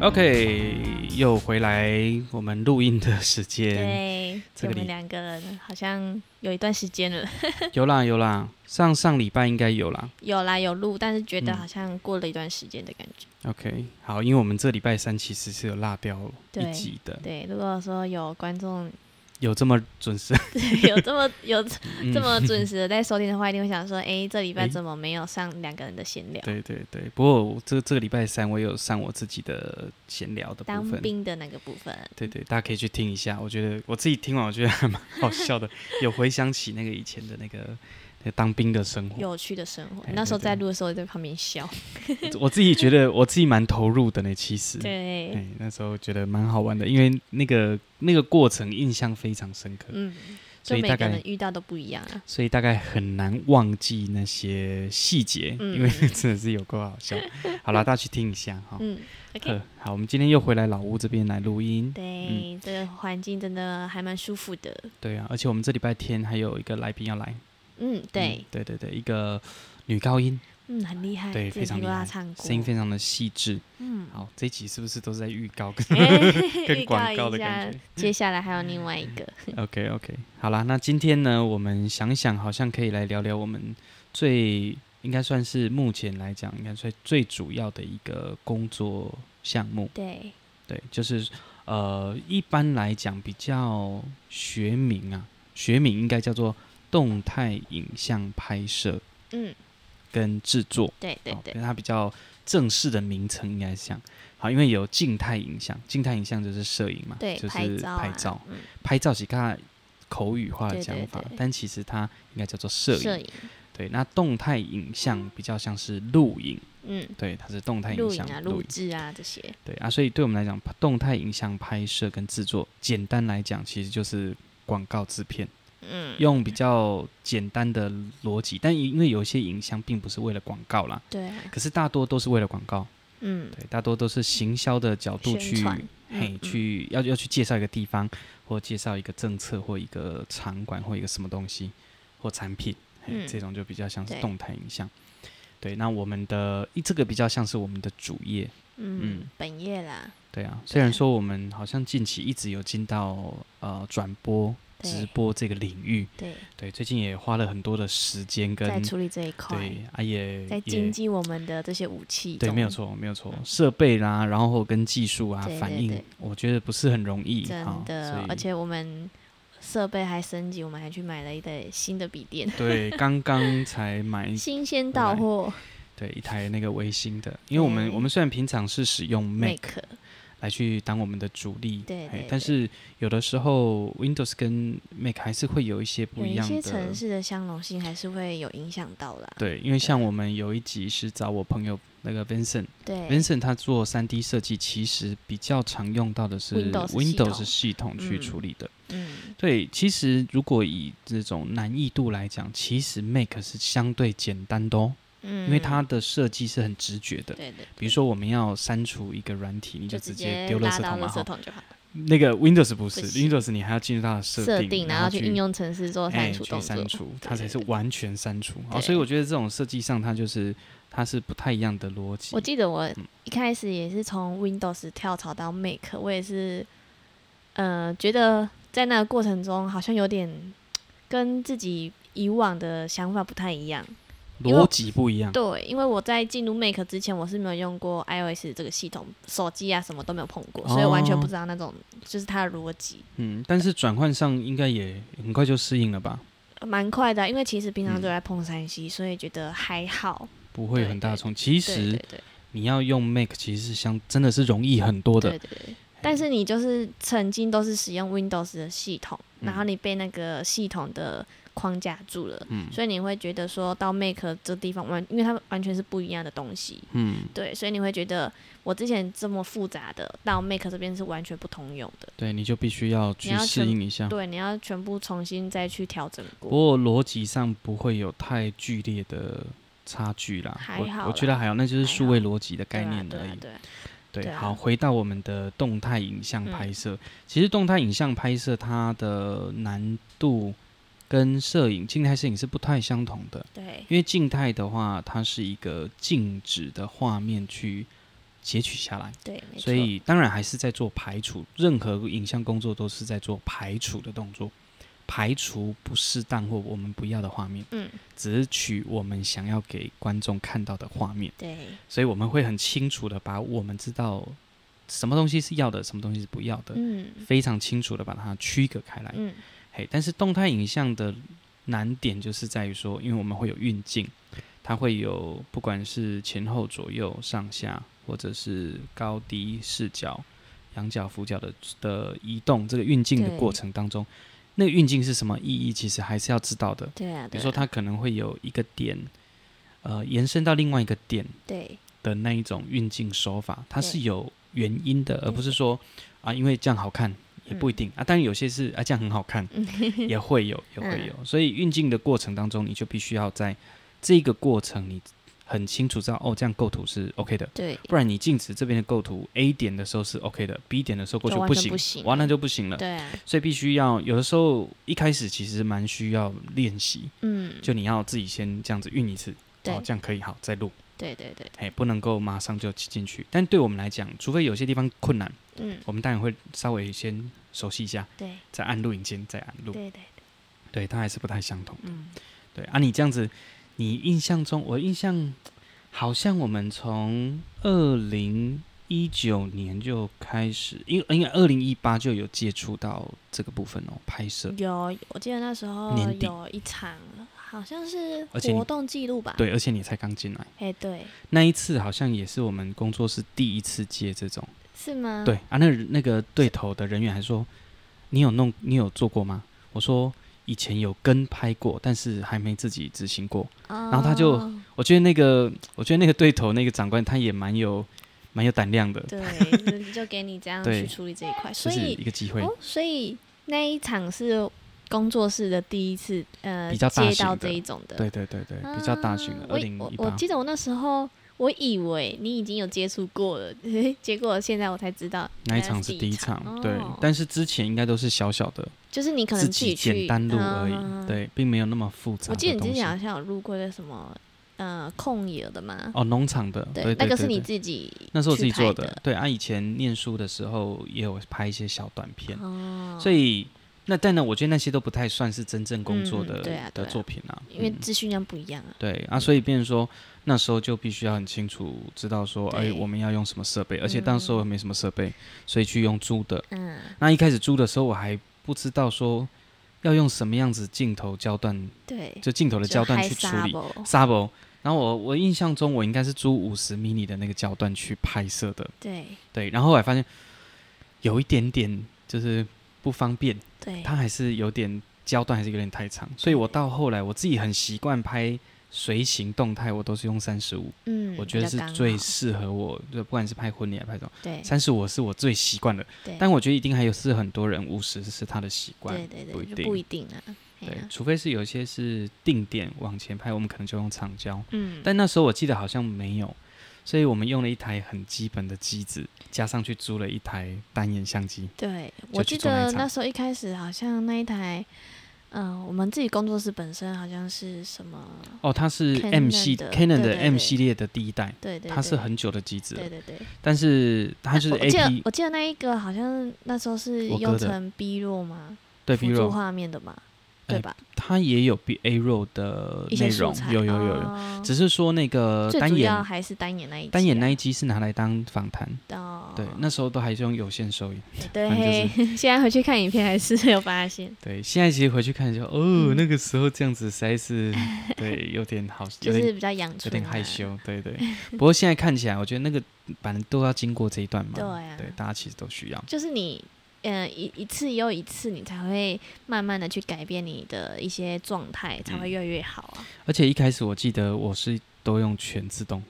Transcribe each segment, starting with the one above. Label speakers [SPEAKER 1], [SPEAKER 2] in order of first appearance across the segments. [SPEAKER 1] OK，又回来我们录音的时间。
[SPEAKER 2] 对，
[SPEAKER 1] 这个
[SPEAKER 2] 我们
[SPEAKER 1] 礼
[SPEAKER 2] 两个人好像有一段时间了，
[SPEAKER 1] 有啦有啦，上上礼拜应该有啦。
[SPEAKER 2] 有啦有录，但是觉得
[SPEAKER 1] 嗯
[SPEAKER 2] 好像过了一段时间的感觉。
[SPEAKER 1] OK，好，因为我们这礼拜三其实是有落掉
[SPEAKER 2] 对
[SPEAKER 1] 一集的，
[SPEAKER 2] 对，如果说有观众
[SPEAKER 1] 有这么准时？
[SPEAKER 2] 有这么有
[SPEAKER 1] 嗯
[SPEAKER 2] 这么准时的在收听的话，一定会想说，哎，这礼拜
[SPEAKER 1] 诶
[SPEAKER 2] 怎么没有上两个人的闲聊？
[SPEAKER 1] 对对对，不过我这这个礼拜三我有上我自己的闲聊的部
[SPEAKER 2] 当
[SPEAKER 1] 分。
[SPEAKER 2] 兵的那个部分，
[SPEAKER 1] 对对，大家可以去听一下。我觉得我自己听完，我觉得还蛮好 笑的，有回想起那个以前的那个那个当兵的生活。
[SPEAKER 2] 有趣的生活。
[SPEAKER 1] 哎
[SPEAKER 2] 那时候
[SPEAKER 1] 对对
[SPEAKER 2] 在录的时候，我在旁边笑。
[SPEAKER 1] 我自己觉得我自己蛮投入的呢，其实。哎、
[SPEAKER 2] 对，
[SPEAKER 1] 那时候觉得蛮好玩的，因为那个那个过程印象非常深刻，
[SPEAKER 2] 嗯，就
[SPEAKER 1] 所以
[SPEAKER 2] 每
[SPEAKER 1] 大
[SPEAKER 2] 个
[SPEAKER 1] 概
[SPEAKER 2] 人遇到都不一样啊。
[SPEAKER 1] 所以大概很难忘记那些细节，
[SPEAKER 2] 嗯
[SPEAKER 1] 因为 真的是有够好 笑。好啦，大家去听一下哈。
[SPEAKER 2] 嗯，OK，
[SPEAKER 1] 呃好，我们今天又回来老屋这边来录音。嗯
[SPEAKER 2] 对，这个环境真的还蛮舒服的。
[SPEAKER 1] 对啊，而且我们这礼拜天还有一个来宾要来。
[SPEAKER 2] 嗯，对
[SPEAKER 1] 嗯，对对对，一个女高音，
[SPEAKER 2] 嗯，很厉害，
[SPEAKER 1] 对，
[SPEAKER 2] 自
[SPEAKER 1] 非常
[SPEAKER 2] 己
[SPEAKER 1] 厉
[SPEAKER 2] 都要
[SPEAKER 1] 害
[SPEAKER 2] 唱，过
[SPEAKER 1] 声，音非常的细致。
[SPEAKER 2] 嗯，
[SPEAKER 1] 好， 这一集是不是都是在预告跟 跟
[SPEAKER 2] 预告
[SPEAKER 1] 广告
[SPEAKER 2] 一
[SPEAKER 1] 的感
[SPEAKER 2] 下
[SPEAKER 1] 觉，嗯
[SPEAKER 2] 接下来还有另外一个，
[SPEAKER 1] OK OK，好啦，那今天呢，我们想想，好像可以来聊聊我们最应该算是目前来讲，应该算最主要的一个工作项目。
[SPEAKER 2] 对，
[SPEAKER 1] 对，就是呃，一般来讲比较学名啊，学名应该叫做动态影像拍摄
[SPEAKER 2] 嗯，
[SPEAKER 1] 跟制作。
[SPEAKER 2] 对对
[SPEAKER 1] 哦
[SPEAKER 2] 对，
[SPEAKER 1] 跟它比较正式的名称应该是像好，因为有静态影像，静态影像就是摄影嘛，
[SPEAKER 2] 对
[SPEAKER 1] 就是
[SPEAKER 2] 拍
[SPEAKER 1] 拍
[SPEAKER 2] 照啊
[SPEAKER 1] 照
[SPEAKER 2] 嗯
[SPEAKER 1] 拍照是看口语化的
[SPEAKER 2] 对
[SPEAKER 1] 讲
[SPEAKER 2] 对
[SPEAKER 1] 法，
[SPEAKER 2] 对
[SPEAKER 1] 但其实它应该叫做摄影。
[SPEAKER 2] 摄影，
[SPEAKER 1] 对，那动态影像比较像是录影，
[SPEAKER 2] 嗯，
[SPEAKER 1] 对，它是动态影
[SPEAKER 2] 录影
[SPEAKER 1] 像
[SPEAKER 2] 啊、录制啊这些，
[SPEAKER 1] 对啊，所以对我们来讲，动态影像拍摄跟制作，简单来讲其实就是广告制片。
[SPEAKER 2] 嗯，
[SPEAKER 1] 用比较简单的逻辑，但因为有一些影像并不是为了广告啦，
[SPEAKER 2] 对啊，
[SPEAKER 1] 可是大多都是为了广告，
[SPEAKER 2] 嗯，
[SPEAKER 1] 对，大多都是行销的角度
[SPEAKER 2] 宣
[SPEAKER 1] 去，
[SPEAKER 2] 传，
[SPEAKER 1] 嘿
[SPEAKER 2] 嗯，嗯
[SPEAKER 1] 去要要去介绍一个地方，或介绍一个政策或一个场馆或一个什么东西或产品，嘿，
[SPEAKER 2] 嗯
[SPEAKER 1] 这种就比较像是
[SPEAKER 2] 对
[SPEAKER 1] 动态影像。对，那我们的一这个比较像是我们的主业，
[SPEAKER 2] 嗯
[SPEAKER 1] 嗯，
[SPEAKER 2] 本业啦，
[SPEAKER 1] 对啊。虽然说我们好像近期一直有进到呃转播、直
[SPEAKER 2] 对
[SPEAKER 1] 播这个领域，
[SPEAKER 2] 对，
[SPEAKER 1] 对，最近也花了很多的时间跟
[SPEAKER 2] 在处理这一块
[SPEAKER 1] 对，啊也
[SPEAKER 2] 在
[SPEAKER 1] 也
[SPEAKER 2] 经济我们的这些武器
[SPEAKER 1] 对，
[SPEAKER 2] 中
[SPEAKER 1] 没有，错，没有错，设备啦，然后跟技术啊
[SPEAKER 2] 对，
[SPEAKER 1] 反
[SPEAKER 2] 对
[SPEAKER 1] 应
[SPEAKER 2] 对，
[SPEAKER 1] 我觉得不是很容易，
[SPEAKER 2] 真
[SPEAKER 1] 啊
[SPEAKER 2] 的，
[SPEAKER 1] 所以
[SPEAKER 2] 而且我们设备还升级，我们还去买了一台新的笔 电，
[SPEAKER 1] 对，刚刚才买一
[SPEAKER 2] 新鲜到货
[SPEAKER 1] 对一台那个微星的，因为我们
[SPEAKER 2] 对
[SPEAKER 1] 我们虽然平常是使用 Mac
[SPEAKER 2] Mac，
[SPEAKER 1] 来去当我们的主力，
[SPEAKER 2] 对
[SPEAKER 1] 嘿
[SPEAKER 2] 对
[SPEAKER 1] 但是有的时候 Windows 跟 Mac 还是会有一些
[SPEAKER 2] 有
[SPEAKER 1] 不一
[SPEAKER 2] 一
[SPEAKER 1] 样
[SPEAKER 2] 些
[SPEAKER 1] 的
[SPEAKER 2] 城，市的相容性还是会有影响到啦。
[SPEAKER 1] 对，因为像我们有一集是找我朋友那个 Vincent。
[SPEAKER 2] 对，
[SPEAKER 1] Vincent 他做三 D 设计，其实比较常用到的是
[SPEAKER 2] Windows 系统
[SPEAKER 1] 系统去
[SPEAKER 2] 嗯
[SPEAKER 1] 处理的。
[SPEAKER 2] 嗯，
[SPEAKER 1] 对，其实如果以这种难易度来讲，其实 Make 是相对简单的哦，
[SPEAKER 2] 嗯，
[SPEAKER 1] 因为它的设计是很直觉的。
[SPEAKER 2] 对对，
[SPEAKER 1] 比如说我们要删除一个软体，你
[SPEAKER 2] 就
[SPEAKER 1] 直
[SPEAKER 2] 接
[SPEAKER 1] 丢垃
[SPEAKER 2] 拉
[SPEAKER 1] 圾
[SPEAKER 2] 到
[SPEAKER 1] 桶嘛。
[SPEAKER 2] 圾
[SPEAKER 1] 哈，
[SPEAKER 2] 桶就好了，
[SPEAKER 1] 那个 Windows 不是
[SPEAKER 2] 不行
[SPEAKER 1] Windows，你还要进入它的设
[SPEAKER 2] 设
[SPEAKER 1] 定，
[SPEAKER 2] 定然
[SPEAKER 1] 然
[SPEAKER 2] 后
[SPEAKER 1] 后
[SPEAKER 2] 去应用程式做
[SPEAKER 1] 哎
[SPEAKER 2] 删除
[SPEAKER 1] 去
[SPEAKER 2] 动
[SPEAKER 1] 删
[SPEAKER 2] 作。
[SPEAKER 1] 除，
[SPEAKER 2] 对
[SPEAKER 1] 它才是
[SPEAKER 2] 对
[SPEAKER 1] 完全删除。好，
[SPEAKER 2] 对
[SPEAKER 1] 所以我觉得这种设计上它就是它是不太一样的逻辑
[SPEAKER 2] 我。记得我
[SPEAKER 1] 嗯
[SPEAKER 2] 一开始也是从 Windows 跳槽到 Mac，我也是，呃，觉得在那个过程中好像有点跟自己以往的想法不太一样。因为
[SPEAKER 1] 逻辑不一样。
[SPEAKER 2] 对，因为我在进入 Mac 之前，我是没有用过 iOS 这个系统，手机啊什么都没有碰过，所以完全
[SPEAKER 1] 哦
[SPEAKER 2] 不知道那种就是它的逻辑，
[SPEAKER 1] 嗯，但是转换上应该也很快就适应了吧，
[SPEAKER 2] 蛮快的啊。因为其实平常
[SPEAKER 1] 嗯
[SPEAKER 2] 都在碰三 C，、所以觉得还好。
[SPEAKER 1] 不会有很大的冲。
[SPEAKER 2] 对
[SPEAKER 1] 其
[SPEAKER 2] 对
[SPEAKER 1] 实
[SPEAKER 2] 对
[SPEAKER 1] 你要用 Mac，其实是相真的是容易很多
[SPEAKER 2] 对
[SPEAKER 1] 的。
[SPEAKER 2] 对对。但是你就是曾经都是使用 Windows 的系统，
[SPEAKER 1] 嗯
[SPEAKER 2] 然后你被那个系统的框架住了，
[SPEAKER 1] 嗯
[SPEAKER 2] 所以你会觉得说到 Make 这地方完，因为它完全是不一样的东西，
[SPEAKER 1] 嗯，
[SPEAKER 2] 对，所以你会觉得我之前这么复杂的到 Make 这边是完全不通用的，
[SPEAKER 1] 对，你就必须要
[SPEAKER 2] 你
[SPEAKER 1] 去
[SPEAKER 2] 要
[SPEAKER 1] 适
[SPEAKER 2] 全
[SPEAKER 1] 应一下。
[SPEAKER 2] 对，你要全部重新再去调整
[SPEAKER 1] 不
[SPEAKER 2] 过，
[SPEAKER 1] 过逻辑上不会有太剧烈的差距啦，
[SPEAKER 2] 还
[SPEAKER 1] 我
[SPEAKER 2] 好
[SPEAKER 1] 我觉
[SPEAKER 2] 啦
[SPEAKER 1] 得还好，那就是
[SPEAKER 2] 还
[SPEAKER 1] 数
[SPEAKER 2] 好
[SPEAKER 1] 位逻辑的概
[SPEAKER 2] 对啊
[SPEAKER 1] 念
[SPEAKER 2] 对
[SPEAKER 1] 而
[SPEAKER 2] 啊
[SPEAKER 1] 已。
[SPEAKER 2] 对啊
[SPEAKER 1] 对，
[SPEAKER 2] 对啊嗯
[SPEAKER 1] 好，回到我们的动态影像拍摄。其实动态影像拍摄它的难度跟摄影、静态摄影是不太相同的，
[SPEAKER 2] 对
[SPEAKER 1] 因为静态的话，它是一个静止的画面去截取下来，
[SPEAKER 2] 对，没错
[SPEAKER 1] 所以当然还是在做排除。任何影像工作都是在做排除的动作，排除不适当或我们不要的画面，
[SPEAKER 2] 嗯，
[SPEAKER 1] 只是取我们想要给观众看到的画面。
[SPEAKER 2] 对，
[SPEAKER 1] 所以我们会很清楚的把我们知道什么东西是要的，什么东西是不要的，
[SPEAKER 2] 嗯
[SPEAKER 1] 非常清楚的把它区隔开来。
[SPEAKER 2] 嗯，
[SPEAKER 1] 嘿，但是动态影像的难点就是在于说，因为我们会有运镜，它会有不管是前后左右上下，或者是高低视角、仰角俯角的的移动，这个运镜的
[SPEAKER 2] 对
[SPEAKER 1] 过程当中，那个运镜是什么意义，其实还是要知道的。
[SPEAKER 2] 对啊，
[SPEAKER 1] 比
[SPEAKER 2] 对
[SPEAKER 1] 如说，
[SPEAKER 2] 啊
[SPEAKER 1] 它可能会有一个点，呃，延伸到另外一个点，
[SPEAKER 2] 对
[SPEAKER 1] 的那一种运镜手法，它
[SPEAKER 2] 对
[SPEAKER 1] 是有原因的，而不是说啊，因为这样好看也
[SPEAKER 2] 嗯
[SPEAKER 1] 不一定、啊。当然有些是啊，这样很好看，也会有，
[SPEAKER 2] 嗯
[SPEAKER 1] 也会有。所以运镜的过程当中，你就必须要在这个过程，你很清楚知道哦，这样构图是 OK 的。
[SPEAKER 2] 对
[SPEAKER 1] 不然你静止这边的构图，A 点的时候是 OK 的，B 点的时候过去
[SPEAKER 2] 就完
[SPEAKER 1] 不
[SPEAKER 2] 全
[SPEAKER 1] 行，
[SPEAKER 2] 不行
[SPEAKER 1] 哇，那就不行了。
[SPEAKER 2] 对啊，
[SPEAKER 1] 所以必须要有的时候一开始其实蛮需要练习，
[SPEAKER 2] 嗯，
[SPEAKER 1] 就你要自己先这样子运一次，
[SPEAKER 2] 对
[SPEAKER 1] 哦，这样可以好再录，
[SPEAKER 2] 对对对，
[SPEAKER 1] 哎，不能够马上就进去。但对我们来讲，除非有些地方困难，
[SPEAKER 2] 嗯，
[SPEAKER 1] 我们当然会稍微先熟悉一下，
[SPEAKER 2] 对
[SPEAKER 1] 再按录影键，再按录。
[SPEAKER 2] 对对，
[SPEAKER 1] 对，它还是不太相同。
[SPEAKER 2] 嗯，
[SPEAKER 1] 对啊，你这样子，你印象中，我印象好像我们从二零一九年就开始，因应该二零一八就有接触到这个部分哦，拍摄。
[SPEAKER 2] 有，我记得那时候
[SPEAKER 1] 年底
[SPEAKER 2] 有一场，好像是
[SPEAKER 1] 而且你
[SPEAKER 2] 活动记录吧？，
[SPEAKER 1] 对，而且你才刚进来，
[SPEAKER 2] 哎，对，
[SPEAKER 1] 那一次好像也是我们工作室第一次接这种。
[SPEAKER 2] 是吗？
[SPEAKER 1] 对，啊，那那个对头的人员还说：“你有弄，你有做过吗？”我说：“以前有跟拍过，但是还没自己执行过。
[SPEAKER 2] 哦，然
[SPEAKER 1] 后他就我觉得那个，我觉得那个对头那个长官他也蛮有蛮有胆量的，
[SPEAKER 2] 对，就 就给你这样
[SPEAKER 1] 对
[SPEAKER 2] 去处理这一块，
[SPEAKER 1] 就
[SPEAKER 2] 所
[SPEAKER 1] 是
[SPEAKER 2] 以
[SPEAKER 1] 一个机会。
[SPEAKER 2] 哦，所以那一场是工作室的第一次，呃，
[SPEAKER 1] 比较大
[SPEAKER 2] 接
[SPEAKER 1] 型
[SPEAKER 2] 到
[SPEAKER 1] 的
[SPEAKER 2] 这一种的，
[SPEAKER 1] 对对对对，比较大型的
[SPEAKER 2] 啊，
[SPEAKER 1] 二零
[SPEAKER 2] 我
[SPEAKER 1] 一
[SPEAKER 2] 我我
[SPEAKER 1] 八。
[SPEAKER 2] 记得我那时候我以为你已经有接触过了， 结果现在我才知道
[SPEAKER 1] 那一
[SPEAKER 2] 原来
[SPEAKER 1] 场是第一场，对
[SPEAKER 2] 哦，
[SPEAKER 1] 但是之前应该都是小小的，
[SPEAKER 2] 就是你可能
[SPEAKER 1] 自
[SPEAKER 2] 己
[SPEAKER 1] 己
[SPEAKER 2] 去
[SPEAKER 1] 简单录而已，。
[SPEAKER 2] 嗯
[SPEAKER 1] 对，并没有那么复杂
[SPEAKER 2] 我
[SPEAKER 1] 的东西。
[SPEAKER 2] 记得你之前好像有录过一个什么呃控野的嘛，
[SPEAKER 1] 哦，农场的，对对
[SPEAKER 2] 那个是
[SPEAKER 1] 对
[SPEAKER 2] 你
[SPEAKER 1] 对
[SPEAKER 2] 自己
[SPEAKER 1] 那是我自己
[SPEAKER 2] 去拍
[SPEAKER 1] 做
[SPEAKER 2] 的
[SPEAKER 1] 对啊，以前念书的时候也有拍一些小短片，
[SPEAKER 2] 哦，
[SPEAKER 1] 所以那但呢，我觉得那些都不太算是真正工作
[SPEAKER 2] 嗯
[SPEAKER 1] 的、
[SPEAKER 2] 对啊
[SPEAKER 1] 的
[SPEAKER 2] 对啊
[SPEAKER 1] 作品啊，
[SPEAKER 2] 因为
[SPEAKER 1] 嗯
[SPEAKER 2] 资讯量不一样啊，
[SPEAKER 1] 对啊，所以变成说那时候就必须要很清楚知道说，哎，
[SPEAKER 2] 对
[SPEAKER 1] 我们要用什么设备，而且
[SPEAKER 2] 嗯
[SPEAKER 1] 当时候没什么设备，所以去用租的。
[SPEAKER 2] 嗯，
[SPEAKER 1] 那一开始租的时候，我还不知道说要用什么样子镜头焦段，
[SPEAKER 2] 对，
[SPEAKER 1] 就镜头
[SPEAKER 2] 我
[SPEAKER 1] 的焦段去处理 s a b o 然后我我印象中我应该是租五十 mini 的那个焦段去拍摄的，
[SPEAKER 2] 对
[SPEAKER 1] 对，然后后来发现有一点点就是不方便，
[SPEAKER 2] 对，嗯
[SPEAKER 1] 它还是有点焦段，还是有点太长，所以我到后来我自己很习惯拍随行动态，我都是用三十五，
[SPEAKER 2] 嗯，
[SPEAKER 1] 我觉得
[SPEAKER 2] 比
[SPEAKER 1] 是
[SPEAKER 2] 较刚
[SPEAKER 1] 最
[SPEAKER 2] 好
[SPEAKER 1] 适合我，就不管是拍婚礼还是拍什么，
[SPEAKER 2] 对
[SPEAKER 1] 三十五是我最习惯的，
[SPEAKER 2] 对，
[SPEAKER 1] 但我觉得一定还有是很多人五十是他的习惯，
[SPEAKER 2] 对对
[SPEAKER 1] 不一
[SPEAKER 2] 对就
[SPEAKER 1] 定
[SPEAKER 2] 不一定啊，哎
[SPEAKER 1] 对
[SPEAKER 2] 呀，
[SPEAKER 1] 除非是有一些是定点往前拍，我们可能就用长焦，
[SPEAKER 2] 嗯，
[SPEAKER 1] 但那时候我记得好像没有，所以我们用了一台很基本的机子，加上去租了一台单眼相机。
[SPEAKER 2] 对，
[SPEAKER 1] 就
[SPEAKER 2] 我
[SPEAKER 1] 去
[SPEAKER 2] 记
[SPEAKER 1] 做那一
[SPEAKER 2] 得
[SPEAKER 1] 场
[SPEAKER 2] 那时候一开始好像那一台，嗯、我们自己工作室本身好像是什么，
[SPEAKER 1] 哦，它是
[SPEAKER 2] Canon
[SPEAKER 1] M 系
[SPEAKER 2] 的
[SPEAKER 1] Canon
[SPEAKER 2] 对
[SPEAKER 1] 的
[SPEAKER 2] 对
[SPEAKER 1] M
[SPEAKER 2] 对
[SPEAKER 1] 系列的第一代，
[SPEAKER 2] 对对对，
[SPEAKER 1] 它是很久的机子了
[SPEAKER 2] 对，对对，
[SPEAKER 1] 但是它就是
[SPEAKER 2] 我我记得
[SPEAKER 1] AP
[SPEAKER 2] 我记得那一个好像那时候是
[SPEAKER 1] 我哥
[SPEAKER 2] 用
[SPEAKER 1] 的
[SPEAKER 2] 成 B 弱嘛，
[SPEAKER 1] 对
[SPEAKER 2] 辅
[SPEAKER 1] B
[SPEAKER 2] 助
[SPEAKER 1] roll，
[SPEAKER 2] 画面的嘛，
[SPEAKER 1] 哎
[SPEAKER 2] 对吧？
[SPEAKER 1] 它也有 B A roll 的
[SPEAKER 2] 一
[SPEAKER 1] 内
[SPEAKER 2] 些素
[SPEAKER 1] 容，
[SPEAKER 2] 材
[SPEAKER 1] 有有有有，
[SPEAKER 2] 哦
[SPEAKER 1] 只是说那个
[SPEAKER 2] 最
[SPEAKER 1] 单
[SPEAKER 2] 主要
[SPEAKER 1] 眼
[SPEAKER 2] 还是单眼那一集啊
[SPEAKER 1] 单眼那一机是拿来当访谈，
[SPEAKER 2] 哦
[SPEAKER 1] 对，那时候都还是用有线收影，反
[SPEAKER 2] 对
[SPEAKER 1] 正，
[SPEAKER 2] 现在回去看影片还是有发现，
[SPEAKER 1] 对，现在其实回去看就哦，
[SPEAKER 2] 嗯
[SPEAKER 1] 那个时候这样子实 在是对有点好，
[SPEAKER 2] 就
[SPEAKER 1] 有点
[SPEAKER 2] 是比较养啊出
[SPEAKER 1] 有点害，羞，对 对。不过现在看起来，我觉得那个反正都要经过这一段嘛，
[SPEAKER 2] 对啊
[SPEAKER 1] 大家其实都需要。
[SPEAKER 2] 就是你嗯、一一次又一次，你才会慢慢的去改变你的一些状态，才
[SPEAKER 1] 嗯
[SPEAKER 2] 会越来越好啊。
[SPEAKER 1] 而且一开始我记得我是都用全自动，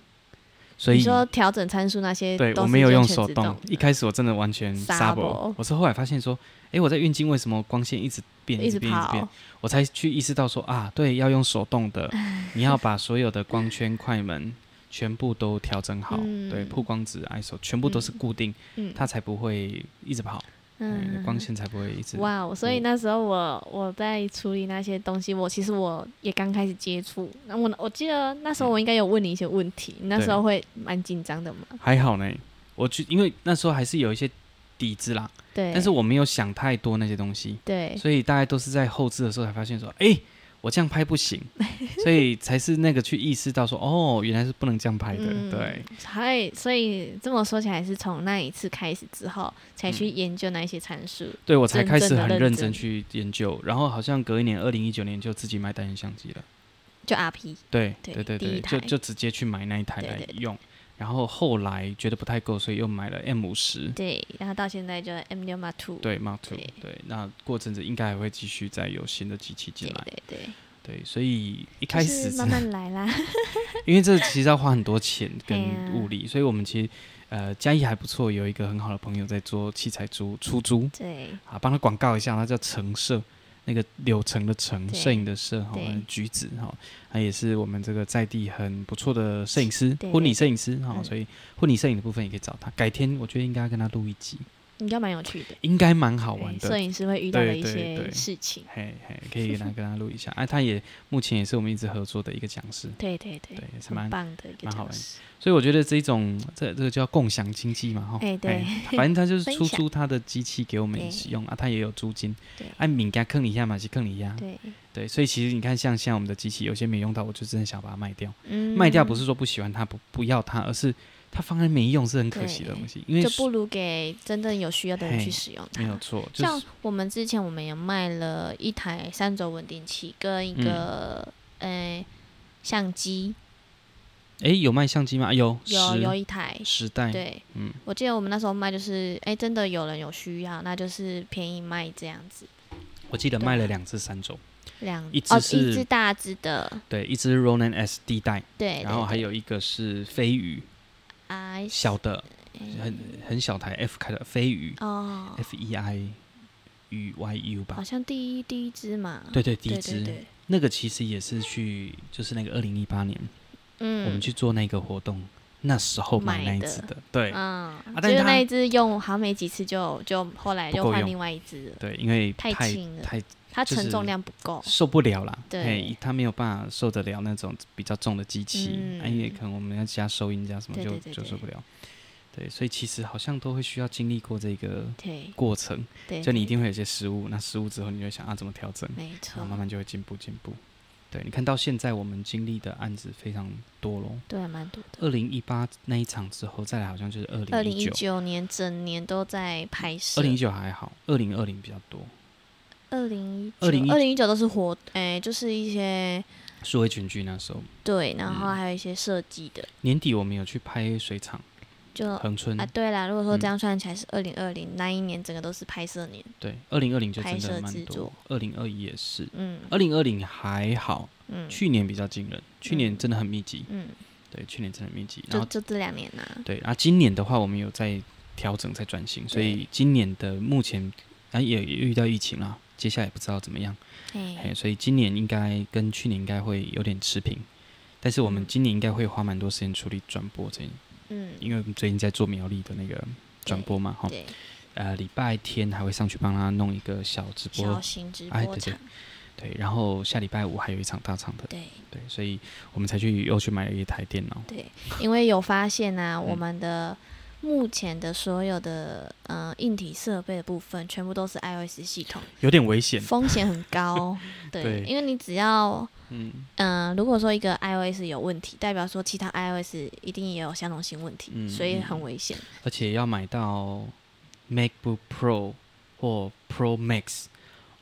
[SPEAKER 1] 所
[SPEAKER 2] 你
[SPEAKER 1] 以
[SPEAKER 2] 说调整参数那些，
[SPEAKER 1] 对
[SPEAKER 2] 都
[SPEAKER 1] 我
[SPEAKER 2] 是
[SPEAKER 1] 没有用
[SPEAKER 2] 全
[SPEAKER 1] 手
[SPEAKER 2] 自
[SPEAKER 1] 动。一
[SPEAKER 2] 的
[SPEAKER 1] 开始我真的完全
[SPEAKER 2] 傻
[SPEAKER 1] s
[SPEAKER 2] 爆
[SPEAKER 1] u 我是后来发现说，诶，我在运镜为什么光线一直变，
[SPEAKER 2] 一
[SPEAKER 1] 直
[SPEAKER 2] 直
[SPEAKER 1] 变，一直变
[SPEAKER 2] 跑，，
[SPEAKER 1] 我才去意识到说啊，对，要用手动 的，你要把所有的光圈、快门全部都调整好，对，
[SPEAKER 2] 嗯
[SPEAKER 1] 曝光值、ISO 全部都是
[SPEAKER 2] 嗯
[SPEAKER 1] 固定，
[SPEAKER 2] 嗯，
[SPEAKER 1] 它才不会一直跑，嗯，光线才不会一直。
[SPEAKER 2] 哇哦！所以
[SPEAKER 1] 我
[SPEAKER 2] 那时候我我在处理那些东西，我其实我也刚开始接触。那我我记得那时候我应该有问你一些问题，你那时候会蛮紧张的嘛？
[SPEAKER 1] 还好呢，我去，因为那时候还是有一些底子啦，
[SPEAKER 2] 对，
[SPEAKER 1] 但是我没有想太多那些东西，
[SPEAKER 2] 对
[SPEAKER 1] 所以大概都是在后置的时候才发现说，诶，我这样拍 不行，所以才是那个去意识到说，哦，原来是不能这样拍的，
[SPEAKER 2] 嗯
[SPEAKER 1] 对，，
[SPEAKER 2] 所以所以这么说起来，是从那一次开始之后，才去研究那一些参数。
[SPEAKER 1] 对我才
[SPEAKER 2] 真
[SPEAKER 1] 开始
[SPEAKER 2] 正的
[SPEAKER 1] 很
[SPEAKER 2] 认
[SPEAKER 1] 认
[SPEAKER 2] 真
[SPEAKER 1] 真去研究，然后好像隔一年，二零一九年就自己买单眼相机了，
[SPEAKER 2] 就 RP，
[SPEAKER 1] 对，
[SPEAKER 2] 对
[SPEAKER 1] 对对
[SPEAKER 2] 第一台
[SPEAKER 1] 就就直接去买那一台
[SPEAKER 2] 对
[SPEAKER 1] 来
[SPEAKER 2] 对对
[SPEAKER 1] 用，然后后来觉得不太够，所以又买了 M 五十，
[SPEAKER 2] 对，然后到现在就 M 六 Mark Two，
[SPEAKER 1] 嗯对 Mark Two，
[SPEAKER 2] 对
[SPEAKER 1] 对，那过阵子应该还会继续再有新的机器进
[SPEAKER 2] 对
[SPEAKER 1] 来，
[SPEAKER 2] 对对，
[SPEAKER 1] 对，所以一开
[SPEAKER 2] 就是
[SPEAKER 1] 始
[SPEAKER 2] 慢慢来啦。
[SPEAKER 1] 因为这其实要花很多钱跟
[SPEAKER 2] 哎呀
[SPEAKER 1] 物力，所以我们其实呃嘉义还不错，有一个很好的朋友在做器材租出租
[SPEAKER 2] 对
[SPEAKER 1] 啊，帮他广告一下，他叫橙社，那个柳橙的橙，
[SPEAKER 2] 对
[SPEAKER 1] 摄影的摄哈
[SPEAKER 2] 对，
[SPEAKER 1] 橘子哈，他也是我们这个在地很不错的摄影师，
[SPEAKER 2] 对
[SPEAKER 1] 婚礼摄影师哈，
[SPEAKER 2] 嗯
[SPEAKER 1] 所以婚礼摄影的部分也可以找他。改天我觉得应该要跟他录一集，
[SPEAKER 2] 应该蛮有趣的，
[SPEAKER 1] 应该蛮好玩
[SPEAKER 2] 对摄
[SPEAKER 1] 的。
[SPEAKER 2] 影师会遇到的一
[SPEAKER 1] 对对
[SPEAKER 2] 些
[SPEAKER 1] 对
[SPEAKER 2] 事情。
[SPEAKER 1] 嘿嘿，可以跟他跟他录一下。啊，他也目前也是我们一直合作的一个讲师，
[SPEAKER 2] 对对对
[SPEAKER 1] 对，也是蛮
[SPEAKER 2] 很棒的一个
[SPEAKER 1] 蛮好
[SPEAKER 2] 讲
[SPEAKER 1] 玩
[SPEAKER 2] 师。
[SPEAKER 1] 所以我觉得这一种这这个叫共享经济嘛，哈、
[SPEAKER 2] 哎对
[SPEAKER 1] 哎反正他就是
[SPEAKER 2] 分
[SPEAKER 1] 出
[SPEAKER 2] 享
[SPEAKER 1] 租他的机器给我们
[SPEAKER 2] 对
[SPEAKER 1] 使用啊，他也有租金，
[SPEAKER 2] 对
[SPEAKER 1] 按敏感坑你一下嘛，是坑你一下，
[SPEAKER 2] 对，
[SPEAKER 1] 对，所以其实你看，像像我们的机器，有些没用到，我就真的想把它卖掉。
[SPEAKER 2] 嗯
[SPEAKER 1] 卖掉不是说不喜欢它，不不要它，而是它放在没用是很可惜的
[SPEAKER 2] 对
[SPEAKER 1] 东西，因为
[SPEAKER 2] 就不如给真正有需要的人
[SPEAKER 1] 嘿
[SPEAKER 2] 去使用它
[SPEAKER 1] 没。有错，就
[SPEAKER 2] 像
[SPEAKER 1] 是
[SPEAKER 2] 我们之前我们也卖了一台三轴稳定器跟一个
[SPEAKER 1] 嗯
[SPEAKER 2] 呃、相机，
[SPEAKER 1] 哎，有卖相机吗？啊有，
[SPEAKER 2] 有
[SPEAKER 1] 时
[SPEAKER 2] 有一台。
[SPEAKER 1] 时代，
[SPEAKER 2] 对，
[SPEAKER 1] 嗯，
[SPEAKER 2] 我记得我们那时候卖就是，哎、真的有人有需要，那就是便宜卖这样子，
[SPEAKER 1] 我记得
[SPEAKER 2] 对
[SPEAKER 1] 卖了两只三轴，
[SPEAKER 2] 两
[SPEAKER 1] 一只
[SPEAKER 2] 哦
[SPEAKER 1] 是
[SPEAKER 2] 一只大只的，
[SPEAKER 1] 对，一只 Ronin S D 带，
[SPEAKER 2] 对，
[SPEAKER 1] 然后
[SPEAKER 2] 对
[SPEAKER 1] 还
[SPEAKER 2] 对
[SPEAKER 1] 有一个是飞鱼，
[SPEAKER 2] 啊
[SPEAKER 1] 小的
[SPEAKER 2] 哎
[SPEAKER 1] 很很小台 F 开的飞鱼，
[SPEAKER 2] 哦，
[SPEAKER 1] F E I U Y U 吧
[SPEAKER 2] 好，像第一第一只嘛，
[SPEAKER 1] 啊对对，第
[SPEAKER 2] 对对
[SPEAKER 1] 一支
[SPEAKER 2] 对，
[SPEAKER 1] 那个其实也是去，就是那个二零一八年
[SPEAKER 2] 嗯，
[SPEAKER 1] 我们去做那个活动，那时候买
[SPEAKER 2] 买
[SPEAKER 1] 那一
[SPEAKER 2] 的
[SPEAKER 1] 只的，对啊
[SPEAKER 2] 嗯，
[SPEAKER 1] 但是
[SPEAKER 2] 就是
[SPEAKER 1] 它
[SPEAKER 2] 那一只用好像没几次就就后来
[SPEAKER 1] 不
[SPEAKER 2] 就
[SPEAKER 1] 够
[SPEAKER 2] 换
[SPEAKER 1] 用
[SPEAKER 2] 另外一只了，
[SPEAKER 1] 对，因为
[SPEAKER 2] 太
[SPEAKER 1] 太
[SPEAKER 2] 轻了
[SPEAKER 1] 太
[SPEAKER 2] 它
[SPEAKER 1] 就
[SPEAKER 2] 承重
[SPEAKER 1] 是
[SPEAKER 2] 量不够。
[SPEAKER 1] 受不了啦，
[SPEAKER 2] 对
[SPEAKER 1] 嘿，他没有办法受得了那种比较重的机器，啊因为
[SPEAKER 2] 嗯
[SPEAKER 1] 可能我们要加收音加什么
[SPEAKER 2] 对
[SPEAKER 1] 就
[SPEAKER 2] 对对
[SPEAKER 1] 就
[SPEAKER 2] 对
[SPEAKER 1] 受不了，对，所以其实好像都会需要经历过这个
[SPEAKER 2] 对
[SPEAKER 1] 过程，
[SPEAKER 2] 对，
[SPEAKER 1] 就你一
[SPEAKER 2] 对
[SPEAKER 1] 定会有一些失误，那失误之后你就会想啊怎么调整，
[SPEAKER 2] 没
[SPEAKER 1] 然
[SPEAKER 2] 错
[SPEAKER 1] 后，慢慢就会进步进步。对，你看到现在我们经历的案子非常多咯。
[SPEAKER 2] 对，蛮多的。
[SPEAKER 1] 二零一八那一场之后，再来好像就是二
[SPEAKER 2] 二
[SPEAKER 1] 零
[SPEAKER 2] 零
[SPEAKER 1] 一
[SPEAKER 2] 一
[SPEAKER 1] 九，
[SPEAKER 2] 九年整年都在拍摄，
[SPEAKER 1] 二零一九还好，二零二零比较多。
[SPEAKER 2] 二零一
[SPEAKER 1] 2019
[SPEAKER 2] 二零一九都是活，哎，就是一些
[SPEAKER 1] 数位群聚那时候
[SPEAKER 2] 对，然
[SPEAKER 1] 嗯
[SPEAKER 2] 后还有一些设计的，
[SPEAKER 1] 年底我们有去拍水厂
[SPEAKER 2] 就啊，
[SPEAKER 1] 恒春，
[SPEAKER 2] 对啦，如果说
[SPEAKER 1] 嗯
[SPEAKER 2] 这样算起来是二零二零那一年，整个都是拍摄年，
[SPEAKER 1] 对，二零二零就真
[SPEAKER 2] 拍摄
[SPEAKER 1] 的蛮
[SPEAKER 2] 制
[SPEAKER 1] 多
[SPEAKER 2] 作，
[SPEAKER 1] 二零二一也是，
[SPEAKER 2] 嗯
[SPEAKER 1] 二零二零还好，
[SPEAKER 2] 嗯
[SPEAKER 1] 去年比较惊人，去年真的很密集，
[SPEAKER 2] 嗯，
[SPEAKER 1] 对，去年真的很密集，然
[SPEAKER 2] 就
[SPEAKER 1] 后
[SPEAKER 2] 就这两年呐，
[SPEAKER 1] 对，啊，今年的话我们有在调整在转型，所以今年的目前啊也也遇到疫情啦，接下来不知道怎么样。
[SPEAKER 2] 哎
[SPEAKER 1] 哎，，所以今年应该跟去年应该会有点持平，但是我们
[SPEAKER 2] 嗯
[SPEAKER 1] 今年应该会花蛮多时间处理转播这，
[SPEAKER 2] 嗯，
[SPEAKER 1] 因为我们最近在做苗栗的那个转播嘛，哈，
[SPEAKER 2] 对，
[SPEAKER 1] 呃，礼拜天还会上去帮他弄一个小直
[SPEAKER 2] 小
[SPEAKER 1] 播，
[SPEAKER 2] 型直
[SPEAKER 1] 哎
[SPEAKER 2] 播
[SPEAKER 1] 对对
[SPEAKER 2] 场，
[SPEAKER 1] 对，然后下礼拜五还有一场大场的，
[SPEAKER 2] 对。
[SPEAKER 1] 对，所以我们才去又去买了一台电脑，
[SPEAKER 2] 对，因为有发现啊，
[SPEAKER 1] 嗯
[SPEAKER 2] 我们的目前的所有的呃硬体设备的部分，全部都是 iOS 系统，
[SPEAKER 1] 有点危险，
[SPEAKER 2] 风险很 高。对，
[SPEAKER 1] 对
[SPEAKER 2] 因为你只要
[SPEAKER 1] 嗯
[SPEAKER 2] 嗯、呃如果说一个 iOS 有问题，代表说其他 iOS 一定也有相同性问题，
[SPEAKER 1] 嗯
[SPEAKER 2] 所以
[SPEAKER 1] 嗯
[SPEAKER 2] 很
[SPEAKER 1] 嗯
[SPEAKER 2] 危险。
[SPEAKER 1] 而且要买到 MacBook Pro 或 Pro Max，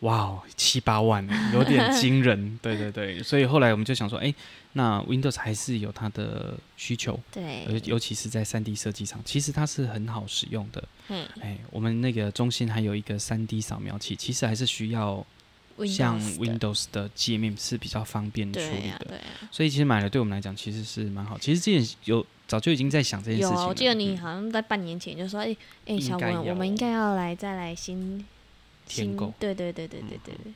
[SPEAKER 1] 哇哦，七八万欸，有点惊 人。对对对，所以后来我们就想说，哎、那 Windows 还是有它的需求，尤
[SPEAKER 2] 对，
[SPEAKER 1] 尤其是在三 D 设计上，其实它是很好使用的。
[SPEAKER 2] 嗯
[SPEAKER 1] 哎，我们那个中心还有一个三 D 扫描器，其实还是需要像
[SPEAKER 2] Windows 的
[SPEAKER 1] Windows 的界面是比较方便处
[SPEAKER 2] 对
[SPEAKER 1] 理
[SPEAKER 2] 呀、
[SPEAKER 1] 的。
[SPEAKER 2] 对啊呀、
[SPEAKER 1] 所以其实买了对我们来讲其实是蛮好。其实之前有早就已经在想这件事
[SPEAKER 2] 有
[SPEAKER 1] 情了。
[SPEAKER 2] 啊，我记得你
[SPEAKER 1] 嗯
[SPEAKER 2] 好像在半年前就说，哎、哎、
[SPEAKER 1] 应
[SPEAKER 2] 小
[SPEAKER 1] 该
[SPEAKER 2] 文，
[SPEAKER 1] 要
[SPEAKER 2] 我们应该要来再来新
[SPEAKER 1] 添
[SPEAKER 2] 新
[SPEAKER 1] 购嗯
[SPEAKER 2] 对对对对对对对，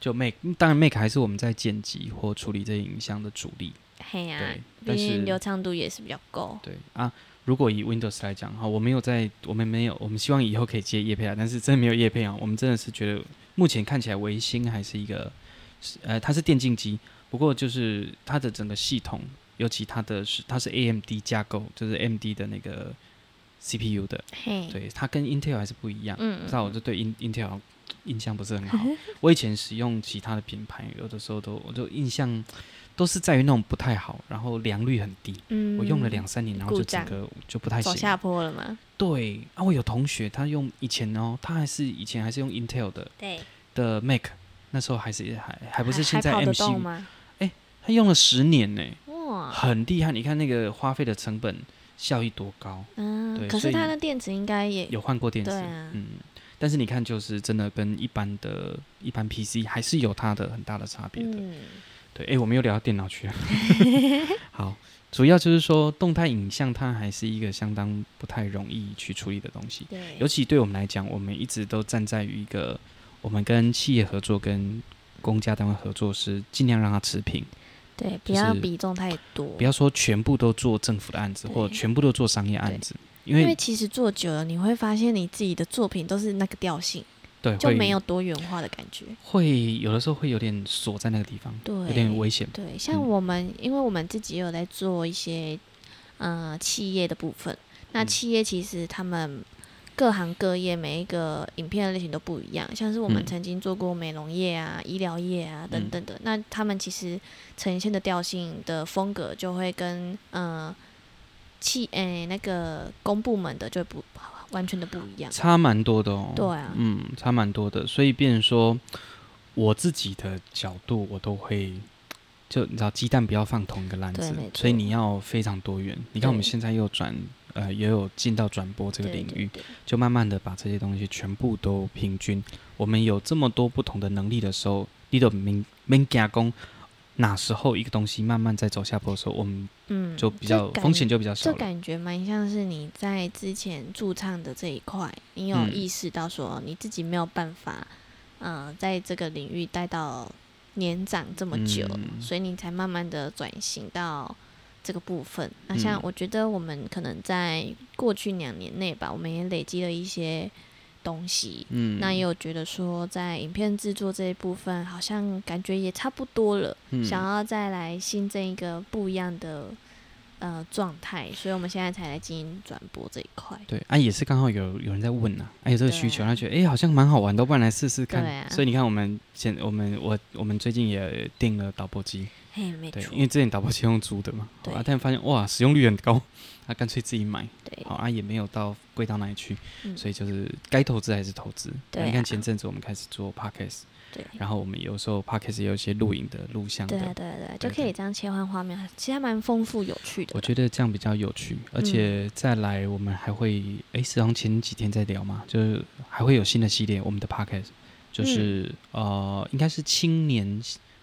[SPEAKER 1] 就 Make，当然 Make 还是我们在剪辑或处理这些影像的主力。
[SPEAKER 2] 嘿呀、
[SPEAKER 1] 对
[SPEAKER 2] 啊毕
[SPEAKER 1] 但是
[SPEAKER 2] 竟流畅度也是比较够，
[SPEAKER 1] 对啊，如果以 Windows 来讲，哈，我没有在，我们没有，我们希望以后可以接叶配啊，但是真的没有叶配啊，我们真的是觉得目前看起来维新还是一个，是呃，它是电竞机，不过就是它的整个系统，尤其它的是它是 AMD 架构，就是 AMD 的那个 CPU 的，
[SPEAKER 2] 嘿，
[SPEAKER 1] 对，它跟 Intel 还是不一样。
[SPEAKER 2] 嗯，
[SPEAKER 1] 不知道我就对 In Intel 印象不是 很好。我以前使用其他的品牌，有的时候都我就印象都是在于那种不太好，然后良率很低。
[SPEAKER 2] 嗯，
[SPEAKER 1] 我用了两三年，然后
[SPEAKER 2] 故
[SPEAKER 1] 就整
[SPEAKER 2] 障
[SPEAKER 1] 个就不太
[SPEAKER 2] 走
[SPEAKER 1] 行
[SPEAKER 2] 下。坡了嘛，
[SPEAKER 1] 对啊，我有同学他用以前哦，他还是以前还是用 Intel 的
[SPEAKER 2] 对，
[SPEAKER 1] 的 Mac，那时候还是还还
[SPEAKER 2] 还
[SPEAKER 1] 不是现在
[SPEAKER 2] 还跑得动
[SPEAKER 1] MCU，
[SPEAKER 2] 吗？啊
[SPEAKER 1] 他用了十年呢，
[SPEAKER 2] 哇，
[SPEAKER 1] 很厉害。你看那个花费的成本效益多高，
[SPEAKER 2] 嗯，
[SPEAKER 1] 对
[SPEAKER 2] 可
[SPEAKER 1] 所
[SPEAKER 2] 是
[SPEAKER 1] 以
[SPEAKER 2] 它的电池应该也
[SPEAKER 1] 有换过电池，
[SPEAKER 2] 对啊
[SPEAKER 1] 嗯，但是你看，就是真的跟一般的一般 PC 还是有它的很大的差别的。
[SPEAKER 2] 嗯，
[SPEAKER 1] 对，哎、我们又聊到电脑 去了。好，主要就是说动态影像它还是一个相当不太容易去处理的东西，
[SPEAKER 2] 对，
[SPEAKER 1] 尤其对我们来讲，我们一直都站在于一个我们跟企业合作、跟公家单位合作是尽量让它持平，
[SPEAKER 2] 对，不
[SPEAKER 1] 就
[SPEAKER 2] 要
[SPEAKER 1] 是
[SPEAKER 2] 比重太多，
[SPEAKER 1] 不要说全部都做政府的案子，
[SPEAKER 2] 对
[SPEAKER 1] 或全部都做商业案子，因
[SPEAKER 2] 因为
[SPEAKER 1] 为
[SPEAKER 2] 其实做久了，你会发现你自己的作品都是那个调性，
[SPEAKER 1] 对
[SPEAKER 2] 就
[SPEAKER 1] 会
[SPEAKER 2] 没有多元化的感觉。
[SPEAKER 1] 会有的时候会有点锁在那个地方，
[SPEAKER 2] 对
[SPEAKER 1] 有点危险。
[SPEAKER 2] 对，像
[SPEAKER 1] 嗯
[SPEAKER 2] 我们，因为我们自己也有在做一些呃企业的部分，那
[SPEAKER 1] 嗯
[SPEAKER 2] 企业其实他们各行各业每一个影片的类型都不一样，像是我们
[SPEAKER 1] 嗯
[SPEAKER 2] 曾经做过美容业啊、医疗业啊等
[SPEAKER 1] 嗯
[SPEAKER 2] 等的，那他们其实呈现的调性的风格就会跟呃企诶、那个公部门的就不完全的不一样。
[SPEAKER 1] 差蛮多的哦。
[SPEAKER 2] 对啊
[SPEAKER 1] 嗯，差蛮多的，所以变成说我自己的角度，我都会就你知道，鸡蛋不要放同一个篮
[SPEAKER 2] 对
[SPEAKER 1] 子
[SPEAKER 2] 没，错嗯
[SPEAKER 1] 所以你要非常多元。你看我们现在又转呃，也有进到转播这个
[SPEAKER 2] 对
[SPEAKER 1] 领域，
[SPEAKER 2] 对对
[SPEAKER 1] 就慢慢的把这些东西全部都平均。我们有这么多不同的能力的时候，你都明明加工。哪时候一个东西慢慢在走下坡的时候，我们
[SPEAKER 2] 嗯，
[SPEAKER 1] 就比较
[SPEAKER 2] 感
[SPEAKER 1] 风险就比较少
[SPEAKER 2] 这
[SPEAKER 1] 了。
[SPEAKER 2] 感觉蛮像是你在之前驻唱的这一块，你有
[SPEAKER 1] 嗯
[SPEAKER 2] 意识到说你自己没有办法，呃，在这个领域待到年长这么久，
[SPEAKER 1] 嗯
[SPEAKER 2] 所以你才慢慢的转型到这个部分。那像
[SPEAKER 1] 嗯
[SPEAKER 2] 我觉得我们可能在过去两年内吧，我们也累积了一些东西。
[SPEAKER 1] 嗯，
[SPEAKER 2] 那也有觉得说，在影片制作这一部分，好像感觉也差不多了。
[SPEAKER 1] 嗯
[SPEAKER 2] 想要再来新增一个不一样的呃状态，所以我们现在才来进行转播这一块。
[SPEAKER 1] 对啊，也是刚好有有人在问啊，啊有这个需求，
[SPEAKER 2] 对啊
[SPEAKER 1] 他觉得哎、诶好像蛮好玩的，不然来试试看。
[SPEAKER 2] 对啊
[SPEAKER 1] 所以你看我们现我们我我们最近也订了导播机，
[SPEAKER 2] 嘿，没
[SPEAKER 1] 对
[SPEAKER 2] 错，，
[SPEAKER 1] 因为之前导播机用租的嘛，
[SPEAKER 2] 对
[SPEAKER 1] 啊，但发现哇使用率很高， 啊干脆自己买，
[SPEAKER 2] 对
[SPEAKER 1] 好啊也没有到贵到哪里去，
[SPEAKER 2] 嗯
[SPEAKER 1] 所以就是该投资还是投资。
[SPEAKER 2] 对啊嗯
[SPEAKER 1] 你看前阵子我们开始做 podcast，
[SPEAKER 2] 对
[SPEAKER 1] 然后我们有时候 podcast 也有一些录影的录像
[SPEAKER 2] 对啊
[SPEAKER 1] 的，
[SPEAKER 2] 对啊对啊，就
[SPEAKER 1] 对
[SPEAKER 2] 可以这样切换画面，其实还蛮丰富有趣的
[SPEAKER 1] 我
[SPEAKER 2] 啦。
[SPEAKER 1] 觉得这样比较有趣，
[SPEAKER 2] 嗯
[SPEAKER 1] 而且再来我们还会，诶，是从前几天在聊嘛，就是还会有新的系列，我们的 podcast
[SPEAKER 2] 嗯
[SPEAKER 1] 就是、呃，应该是青年，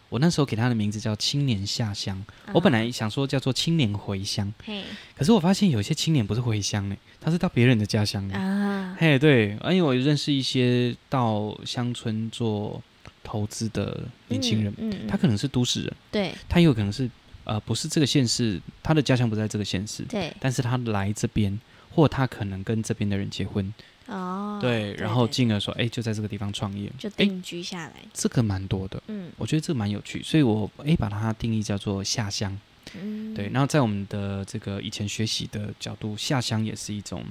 [SPEAKER 1] 我那时候给它的名字叫青年下乡，我本
[SPEAKER 2] 来
[SPEAKER 1] 来想说叫做青年回乡，
[SPEAKER 2] 啊嘿
[SPEAKER 1] 可是我发现有一些青年不是回乡嘞，他是到别人的家乡的，
[SPEAKER 2] 啊，
[SPEAKER 1] 嘿，对，因为我认识一些到乡村做投资的年轻人，
[SPEAKER 2] 嗯，嗯
[SPEAKER 1] 他可能是都市人，
[SPEAKER 2] 对
[SPEAKER 1] 他也有可能是。呃，不是这个县市，他的家乡不在这个县市，
[SPEAKER 2] 对
[SPEAKER 1] 但是他来这边，或他可能跟这边的人结婚，
[SPEAKER 2] 哦，
[SPEAKER 1] 对，然后
[SPEAKER 2] 对
[SPEAKER 1] 进而说，哎、就在这个地方创业，
[SPEAKER 2] 就
[SPEAKER 1] 哎、
[SPEAKER 2] 定居下来。
[SPEAKER 1] 这个蛮多的，
[SPEAKER 2] 嗯
[SPEAKER 1] 我觉得这个蛮有趣，所以我哎、把它定义叫做下乡，
[SPEAKER 2] 嗯，
[SPEAKER 1] 对，然后在我们的这个以前学习的角度，下乡也是一种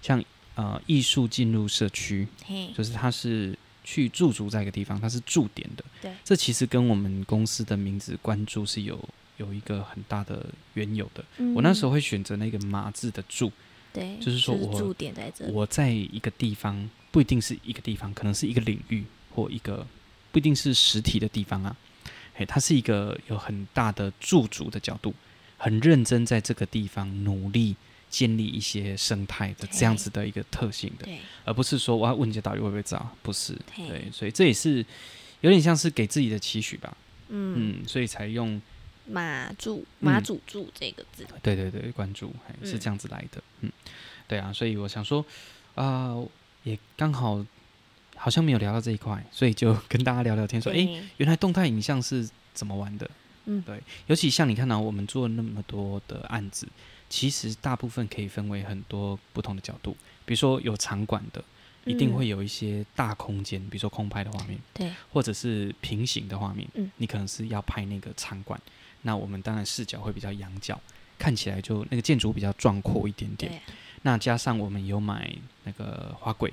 [SPEAKER 1] 像呃艺术进入社区，
[SPEAKER 2] 嘿，
[SPEAKER 1] 就是它是。去驻足在一个地方，它是驻点的。
[SPEAKER 2] 对
[SPEAKER 1] 这其实跟我们公司的名字“关注”是有有一个很大的缘由的。我那时候
[SPEAKER 2] 候
[SPEAKER 1] 会选择那个马字的“驻”，
[SPEAKER 2] 嗯对，
[SPEAKER 1] 就是说我
[SPEAKER 2] 驻点在这里，
[SPEAKER 1] 我在一个地方，不一定是一个地方，可能是一个领域，或一个不一定是实体的地方啊，诶，它是一个有很大的驻足的角度，很认真在这个地方努力建立一些生态的这样子的一个特性的，
[SPEAKER 2] 对，
[SPEAKER 1] 而不是说我要问一下导游会不会找，不是，
[SPEAKER 2] 嘿
[SPEAKER 1] 对，所以这也是有点像是给自己的期许吧，
[SPEAKER 2] 嗯，
[SPEAKER 1] 嗯，所以才用
[SPEAKER 2] 马柱马
[SPEAKER 1] 嗯
[SPEAKER 2] 祖柱这个字，
[SPEAKER 1] 对对对，关注嘿是
[SPEAKER 2] 嗯
[SPEAKER 1] 这样子来的，嗯，对啊，所以我想说，啊、也刚好好像没有聊到这一块，所以就跟大家聊聊天说，诶，
[SPEAKER 2] 对
[SPEAKER 1] 原来动态影像是怎么玩的，
[SPEAKER 2] 嗯
[SPEAKER 1] 对，尤其像你看到、啊我们做那么多的案子，其实大部分可以分为很多不同的角度，比如说有场馆的，一定
[SPEAKER 2] 嗯
[SPEAKER 1] 会有一些大空间，比如说空拍的画面，
[SPEAKER 2] 对，
[SPEAKER 1] 或者是平行的画面，
[SPEAKER 2] 嗯
[SPEAKER 1] 你可能是要拍那个场馆，那我们当然视角会比较仰角，看起来就那个建筑物比较壮阔一点点。
[SPEAKER 2] 对啊
[SPEAKER 1] 那加上我们有买那个花柜，